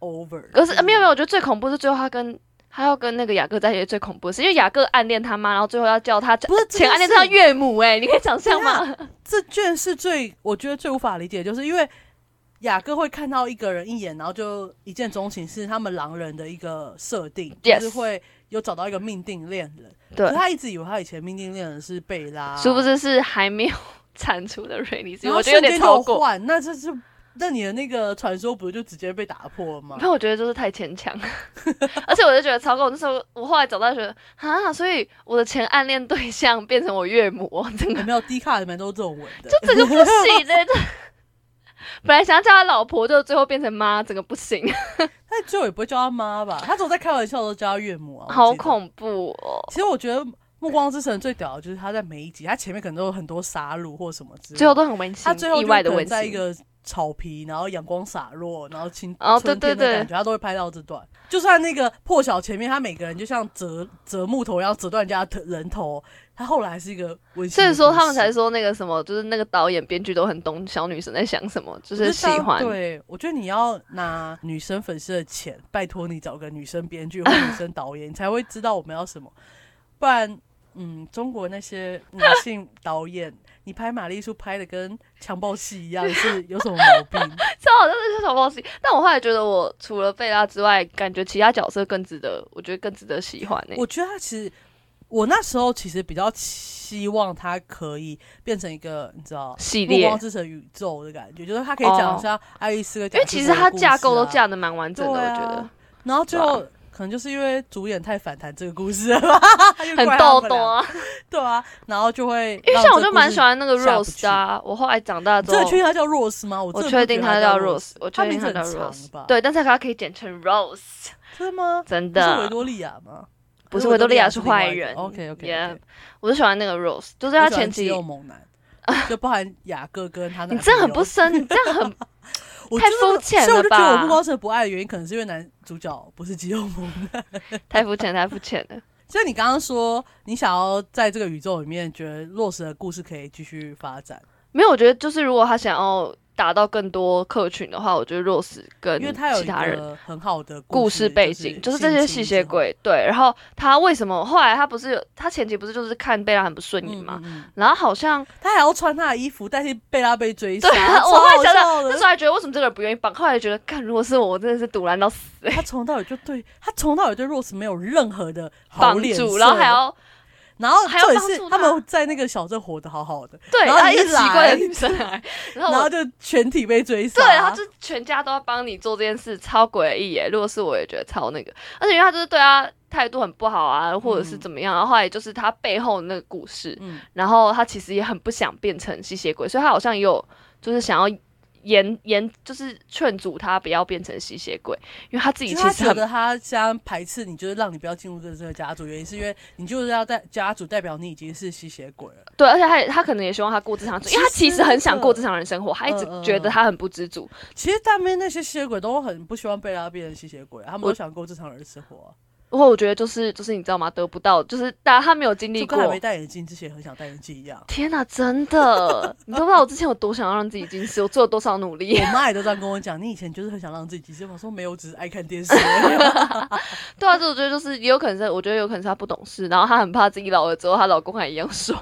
Speaker 1: over。
Speaker 2: 可是、呃没有没有，，我觉得最恐怖是最后他跟他要跟那个雅各在一起，最恐怖的是因为雅各暗恋他妈，然后最后要叫他
Speaker 1: 不是这件
Speaker 2: 前暗恋
Speaker 1: 事
Speaker 2: 他岳母、哎，你可以想象
Speaker 1: 等
Speaker 2: 吗？
Speaker 1: 这卷是最我觉得最无法理解，就是因为雅各会看到一个人一眼，然后就一见钟情，是他们狼人的一个设定就是
Speaker 2: Yes
Speaker 1: 会有找到一个命定恋人。
Speaker 2: 对
Speaker 1: 可，他一直以为他以前命定恋人是贝拉，
Speaker 2: 殊不知是还没有产出的瑞丽斯，
Speaker 1: 啊然
Speaker 2: 我
Speaker 1: 后
Speaker 2: 觉得
Speaker 1: 瞬
Speaker 2: 有点
Speaker 1: 间
Speaker 2: 超
Speaker 1: 就
Speaker 2: 过。
Speaker 1: 换，那这是那你的那个传说不是就直接被打破了
Speaker 2: *laughs*
Speaker 1: 吗？
Speaker 2: 那我觉得就是太牵强， *laughs* 而且我就觉得超过。我那时候我后来找到觉得啊，所以我的前暗恋对象变成我岳母，我整个
Speaker 1: 有没有低卡里面都是这种文的？
Speaker 2: 整个不
Speaker 1: *laughs*
Speaker 2: 行欸的。这本来想要叫他老婆，就最后变成妈，整个不行，
Speaker 1: 他最后也不会叫他妈吧？他总在开玩笑的时候叫他岳母啊，我
Speaker 2: 好
Speaker 1: 记得。
Speaker 2: 恐怖哦！
Speaker 1: 其实我觉得《暮光之城》最屌的就是他在每一集，他前面可能都有很多杀戮或什么之类的，
Speaker 2: 最后都很温馨，
Speaker 1: 他最后
Speaker 2: 意
Speaker 1: 就
Speaker 2: 外
Speaker 1: 可
Speaker 2: 的
Speaker 1: 能
Speaker 2: 温
Speaker 1: 在一
Speaker 2: 馨。
Speaker 1: 个草皮，然后阳光洒落，然后青
Speaker 2: 哦
Speaker 1: 春
Speaker 2: 对
Speaker 1: 天的
Speaker 2: 对
Speaker 1: 感觉，他都会拍到这段。就算那个破晓前面，他每个人就像折折木头一样折断人家的人头，他后来还是一个温馨
Speaker 2: 所
Speaker 1: 的
Speaker 2: 以
Speaker 1: 故事。
Speaker 2: 说他们才说那个什么，就是那个导演、编剧都很懂小女生在想什么，就
Speaker 1: 我觉
Speaker 2: 是喜
Speaker 1: 得
Speaker 2: 欢。
Speaker 1: 对，我觉得你要拿女生粉丝的钱，拜托你找个女生编剧或女生导演，你才会知道我们要什么。不然，嗯，中国那些女
Speaker 2: *laughs*
Speaker 1: 性导演，你拍玛丽苏拍的跟强暴戏一样，是有什么毛
Speaker 2: *laughs*
Speaker 1: 病？
Speaker 2: 这好像是小暴喜，但我后来觉得，我除了贝拉之外，感觉其他角色更值得，我觉得更值得喜欢欸呢、
Speaker 1: 我觉得他其实，我那时候其实比较希望他可以变成一个，你知道，
Speaker 2: 系
Speaker 1: 暮
Speaker 2: 列哦
Speaker 1: 光，之城宇宙的感觉，就是他可以讲一下爱丽丝跟、
Speaker 2: 因为其实它
Speaker 1: 啊
Speaker 2: 架构都，架的蛮完整的，
Speaker 1: 对
Speaker 2: 我
Speaker 1: 啊
Speaker 2: 觉得
Speaker 1: 然后最后。可能就是因为主演太反弹这个故事了
Speaker 2: *laughs*
Speaker 1: 吧，就怪
Speaker 2: 很
Speaker 1: 他
Speaker 2: 逗
Speaker 1: 们
Speaker 2: 逗
Speaker 1: 俩，
Speaker 2: 啊。
Speaker 1: 对啊，然后就会
Speaker 2: 因为像我就蛮喜欢那个
Speaker 1: 下不
Speaker 2: Rose 的啊，我后来长大
Speaker 1: 你
Speaker 2: 之
Speaker 1: 真
Speaker 2: 后
Speaker 1: 的，确定他叫 Rose 吗？我
Speaker 2: 我
Speaker 1: 真的
Speaker 2: 确
Speaker 1: 不
Speaker 2: 定
Speaker 1: 觉得他
Speaker 2: 他叫
Speaker 1: Rose，
Speaker 2: Rose，我
Speaker 1: 他
Speaker 2: 确定
Speaker 1: 名字
Speaker 2: 他叫
Speaker 1: 很长
Speaker 2: Rose，
Speaker 1: 吧
Speaker 2: 对，但是它可以简称 Rose，
Speaker 1: 真的吗？
Speaker 2: 真
Speaker 1: 不是
Speaker 2: 的。
Speaker 1: 维多利亚吗？
Speaker 2: 不是维多利亚
Speaker 1: 是
Speaker 2: 是
Speaker 1: 另外
Speaker 2: 坏
Speaker 1: 一个
Speaker 2: 人。
Speaker 1: OK，OK，OK
Speaker 2: Yeah，我就喜欢那个 Rose，就是
Speaker 1: 我
Speaker 2: 他
Speaker 1: 喜欢
Speaker 2: 前
Speaker 1: 肌
Speaker 2: 期。
Speaker 1: 肉猛男，就包含雅各跟他那。
Speaker 2: 你这样很不深，你这样很 *laughs*
Speaker 1: 我
Speaker 2: 太
Speaker 1: 就是
Speaker 2: 肤浅了
Speaker 1: 所以我就觉得我
Speaker 2: 吧
Speaker 1: 不光是不爱的原因，可能是因为男主角不是肌肉猛 *laughs* 男。
Speaker 2: 太肤浅，太肤浅了。
Speaker 1: 所以你刚刚说你想要在这个宇宙里面，觉得落实的故事可以继续发展，
Speaker 2: 没有，我觉得就是如果他想要达到更多客群的话，我觉得 Rose 跟
Speaker 1: 因为它有
Speaker 2: 其
Speaker 1: 一
Speaker 2: 他人。
Speaker 1: 个很好的
Speaker 2: 故
Speaker 1: 事
Speaker 2: 事背景
Speaker 1: 就
Speaker 2: 就是是这些
Speaker 1: 性
Speaker 2: 吸
Speaker 1: 侵
Speaker 2: 血
Speaker 1: 之后
Speaker 2: 鬼对，然后他为什么后来他不是有他前期不是就是看贝拉很不顺眼
Speaker 1: 嗯
Speaker 2: 嘛，
Speaker 1: 嗯嗯
Speaker 2: 然后好像
Speaker 1: 他还要穿他的衣服，但是贝拉被追杀，
Speaker 2: 对啊， *laughs*
Speaker 1: 超
Speaker 2: 我后来
Speaker 1: 好
Speaker 2: 想
Speaker 1: 笑
Speaker 2: 到那时
Speaker 1: 的。
Speaker 2: 候还觉得为什么这个人不愿意帮，后来觉得看如果是我，我真的是堵拦到死、欸，
Speaker 1: 他从头到尾就对他从头到尾对 Rose 没有任何的好
Speaker 2: 帮
Speaker 1: 脸
Speaker 2: 助，
Speaker 1: 色，哦
Speaker 2: 然后还要
Speaker 1: 然后
Speaker 2: 还要
Speaker 1: 重点
Speaker 2: 帮
Speaker 1: 是
Speaker 2: 助
Speaker 1: 他
Speaker 2: 他
Speaker 1: 们在那个小镇活得好好的，
Speaker 2: 对，
Speaker 1: 然后
Speaker 2: 一个
Speaker 1: 一
Speaker 2: 奇怪
Speaker 1: 来
Speaker 2: 的女生
Speaker 1: *laughs*
Speaker 2: 来，然
Speaker 1: 然
Speaker 2: 后我
Speaker 1: 后就全体被追杀，
Speaker 2: 对，然后就全家都要帮你做这件事，超诡异耶！如果是我也觉得超那个，而且因为他就是对他态度很不好啊，或者是怎么样，然后后来就是他背后那个故事，
Speaker 1: 嗯
Speaker 2: 然后他其实也很不想变成吸血鬼，所以他好像也有就是想要严严，就是劝阻他不要变成吸血鬼，因为他自己
Speaker 1: 就
Speaker 2: 其
Speaker 1: 他
Speaker 2: 实
Speaker 1: 觉
Speaker 2: 很
Speaker 1: 得他现在排斥你，就是让你不要进入这这个家族，原因是因为你就是要在家族代表你已经是吸血鬼了，
Speaker 2: 对，而且他也他可能也希望他过正常人生，因为他
Speaker 1: 其
Speaker 2: 其
Speaker 1: 实
Speaker 2: 实很想
Speaker 1: 这
Speaker 2: 过正常人生活，他一直
Speaker 1: 嗯嗯
Speaker 2: 觉
Speaker 1: 嗯
Speaker 2: 得他很不知足，
Speaker 1: 其实他们那些吸血鬼都很不希望贝拉变成吸血鬼啊，他们
Speaker 2: 我
Speaker 1: 都想过正常人生活啊、
Speaker 2: 不过我觉得就是就是你知道吗？得不到就是大家他没有经历
Speaker 1: 就
Speaker 2: 过
Speaker 1: 跟。还没戴眼镜之前很想戴眼镜一样。
Speaker 2: 天哪、
Speaker 1: *laughs*
Speaker 2: 真的，你都不知道我之前有多想要让自己近视，我做了多少努力。
Speaker 1: 我妈也都这样跟我讲，你以前就是很想让自己近视。我说没有，我只是爱看电视而已。 *laughs*
Speaker 2: 对啊，这我觉得就是也有可能是，我觉得有可能是她不懂事，然后她很怕自己老了之后，她老公还一
Speaker 1: *laughs*
Speaker 2: 样瘦。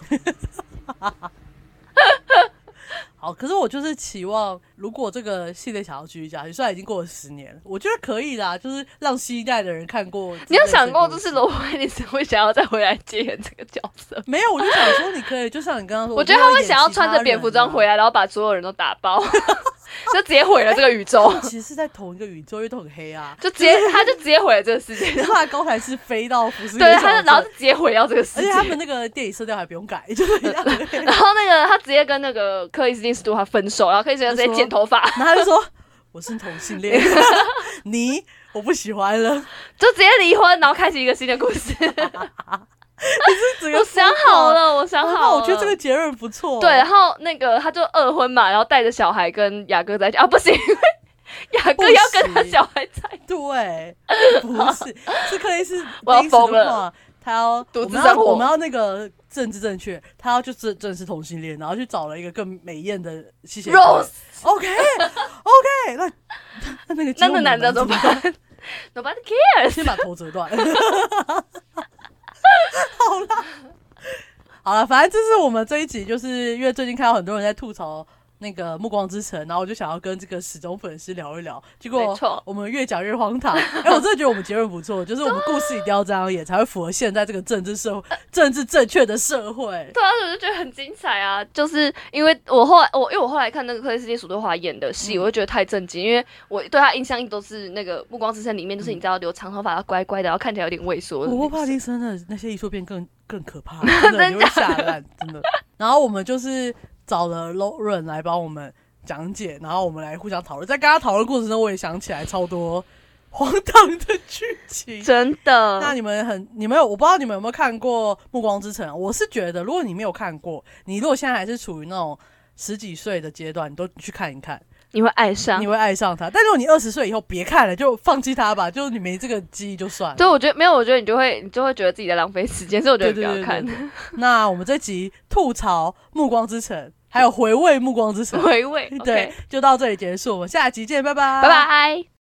Speaker 1: 好，可是我就是期望，如果这个系列想要继续下去，虽然已经过了十年了，我觉得可以啦，就是让新一代的人看过。
Speaker 2: 你有想过，就是罗伯·威利斯会想要再回来接演这个角色？
Speaker 1: 没有，我就想说，你可以，就像你刚刚说，
Speaker 2: 我觉得他
Speaker 1: 我
Speaker 2: 会
Speaker 1: 觉得
Speaker 2: 想
Speaker 1: 要
Speaker 2: 要
Speaker 1: 演其他
Speaker 2: 穿着蝙蝠装回
Speaker 1: 人啊。
Speaker 2: 来，然后把所有人都打爆， *laughs* 就直接毁了这个
Speaker 1: *laughs*
Speaker 2: 宇宙，
Speaker 1: 其实是在同一个宇宙，因为都很黑啊。 *laughs*
Speaker 2: 就直接他就直接毁了这个世界。 *laughs*
Speaker 1: 后来高台是飞到福斯
Speaker 2: 对，
Speaker 1: 小
Speaker 2: 他
Speaker 1: 镇
Speaker 2: 就然后就直接毁掉这个世
Speaker 1: 而
Speaker 2: 界
Speaker 1: 且。 *laughs* 他们那个电影色调还不用改， *laughs* 就是一样的黑。
Speaker 2: 然后那个他直接跟那个克里斯汀·斯图华分手，然后克里斯汀直接剪头发，
Speaker 1: 然后他就说：“我是同性 *laughs* 恋，你我不喜欢 *laughs* 了。
Speaker 2: 就直接离婚，然后开启一个新的
Speaker 1: *laughs*
Speaker 2: 故事。
Speaker 1: 整个”
Speaker 2: *laughs* 我想好了，我
Speaker 1: 疯
Speaker 2: 想
Speaker 1: 狂，哦那
Speaker 2: 好
Speaker 1: 我
Speaker 2: 了。
Speaker 1: 觉得这个结论不错。
Speaker 2: 对，然后那个他就二婚嘛，然后带着小孩跟雅各在一起啊，不行，因为雅各要跟他小孩在一起，
Speaker 1: 对，不是，是克里 *laughs* 斯
Speaker 2: 我要
Speaker 1: 汀斯的
Speaker 2: 疯了
Speaker 1: 话，他要
Speaker 2: 独
Speaker 1: 我
Speaker 2: 自
Speaker 1: 们
Speaker 2: 生
Speaker 1: 要我
Speaker 2: 活
Speaker 1: 们要那个政治正确，他要就是正是同性恋，然后去找了一个更美艳的吸血鬼。
Speaker 2: Rose
Speaker 1: OK OK，那 *laughs* 那那个
Speaker 2: 那那男的怎么
Speaker 1: 办？
Speaker 2: 办？Nobody cares。
Speaker 1: 先把头折
Speaker 2: *laughs*
Speaker 1: 断。好啦，好了，反正这是我们这一集，就是因为最近看到很多人在吐槽那个《暮光之城》，然后我就想要跟这个始终粉丝聊一聊。结
Speaker 2: 没
Speaker 1: 果
Speaker 2: 错
Speaker 1: 我们越讲越荒唐。哎、我真的觉得我们结论不错，就是我们故事一定要这样演，才会符合现在这个政治社会、政治正确的社会。
Speaker 2: 对啊，我就觉得很精彩啊！就是因为我后来，我因为我后来看那个克里斯汀·史都华演的
Speaker 1: 嗯
Speaker 2: 戏，我就觉得太震惊，因为我对他印象一直都是那个《暮光之城》里面，就是你知道留长头发，要乖乖的，然后看起来有点畏缩的
Speaker 1: 嗯我
Speaker 2: 女
Speaker 1: 沃
Speaker 2: 生。
Speaker 1: 帕丁森的那些艺术片更更可 *laughs* 怕，真的你会吓烂，真的。然后我们就是找了 Lauren 来帮我们讲解，然后我们来互相讨论。在跟他讨论过程中，我也想起来超多 *laughs* 荒唐的剧情。
Speaker 2: 真
Speaker 1: 那
Speaker 2: 的，
Speaker 1: 你们很，你们有我不知道你们有没有看过《暮光之城》啊？我是觉得，如果你没有看过，你如果现在还是处于那种十几岁的阶段，你都去看一看，
Speaker 2: 你会爱上
Speaker 1: 你。会爱上它。但如果你二十岁以后别看了，就放弃它吧，就是你没这个记忆就算了。
Speaker 2: 对，我觉得没有，我觉得你就会，你就会觉得自己在浪费时间，所以我觉得
Speaker 1: 对对
Speaker 2: 你不要
Speaker 1: 对
Speaker 2: 看。
Speaker 1: 对对 *laughs* 那我们这集吐槽《暮光之城》，还有回味《暮光之城》， *laughs*
Speaker 2: 回味，
Speaker 1: 对
Speaker 2: OK，，
Speaker 1: 就到这里结束，我们下集见，拜拜，
Speaker 2: 拜。拜。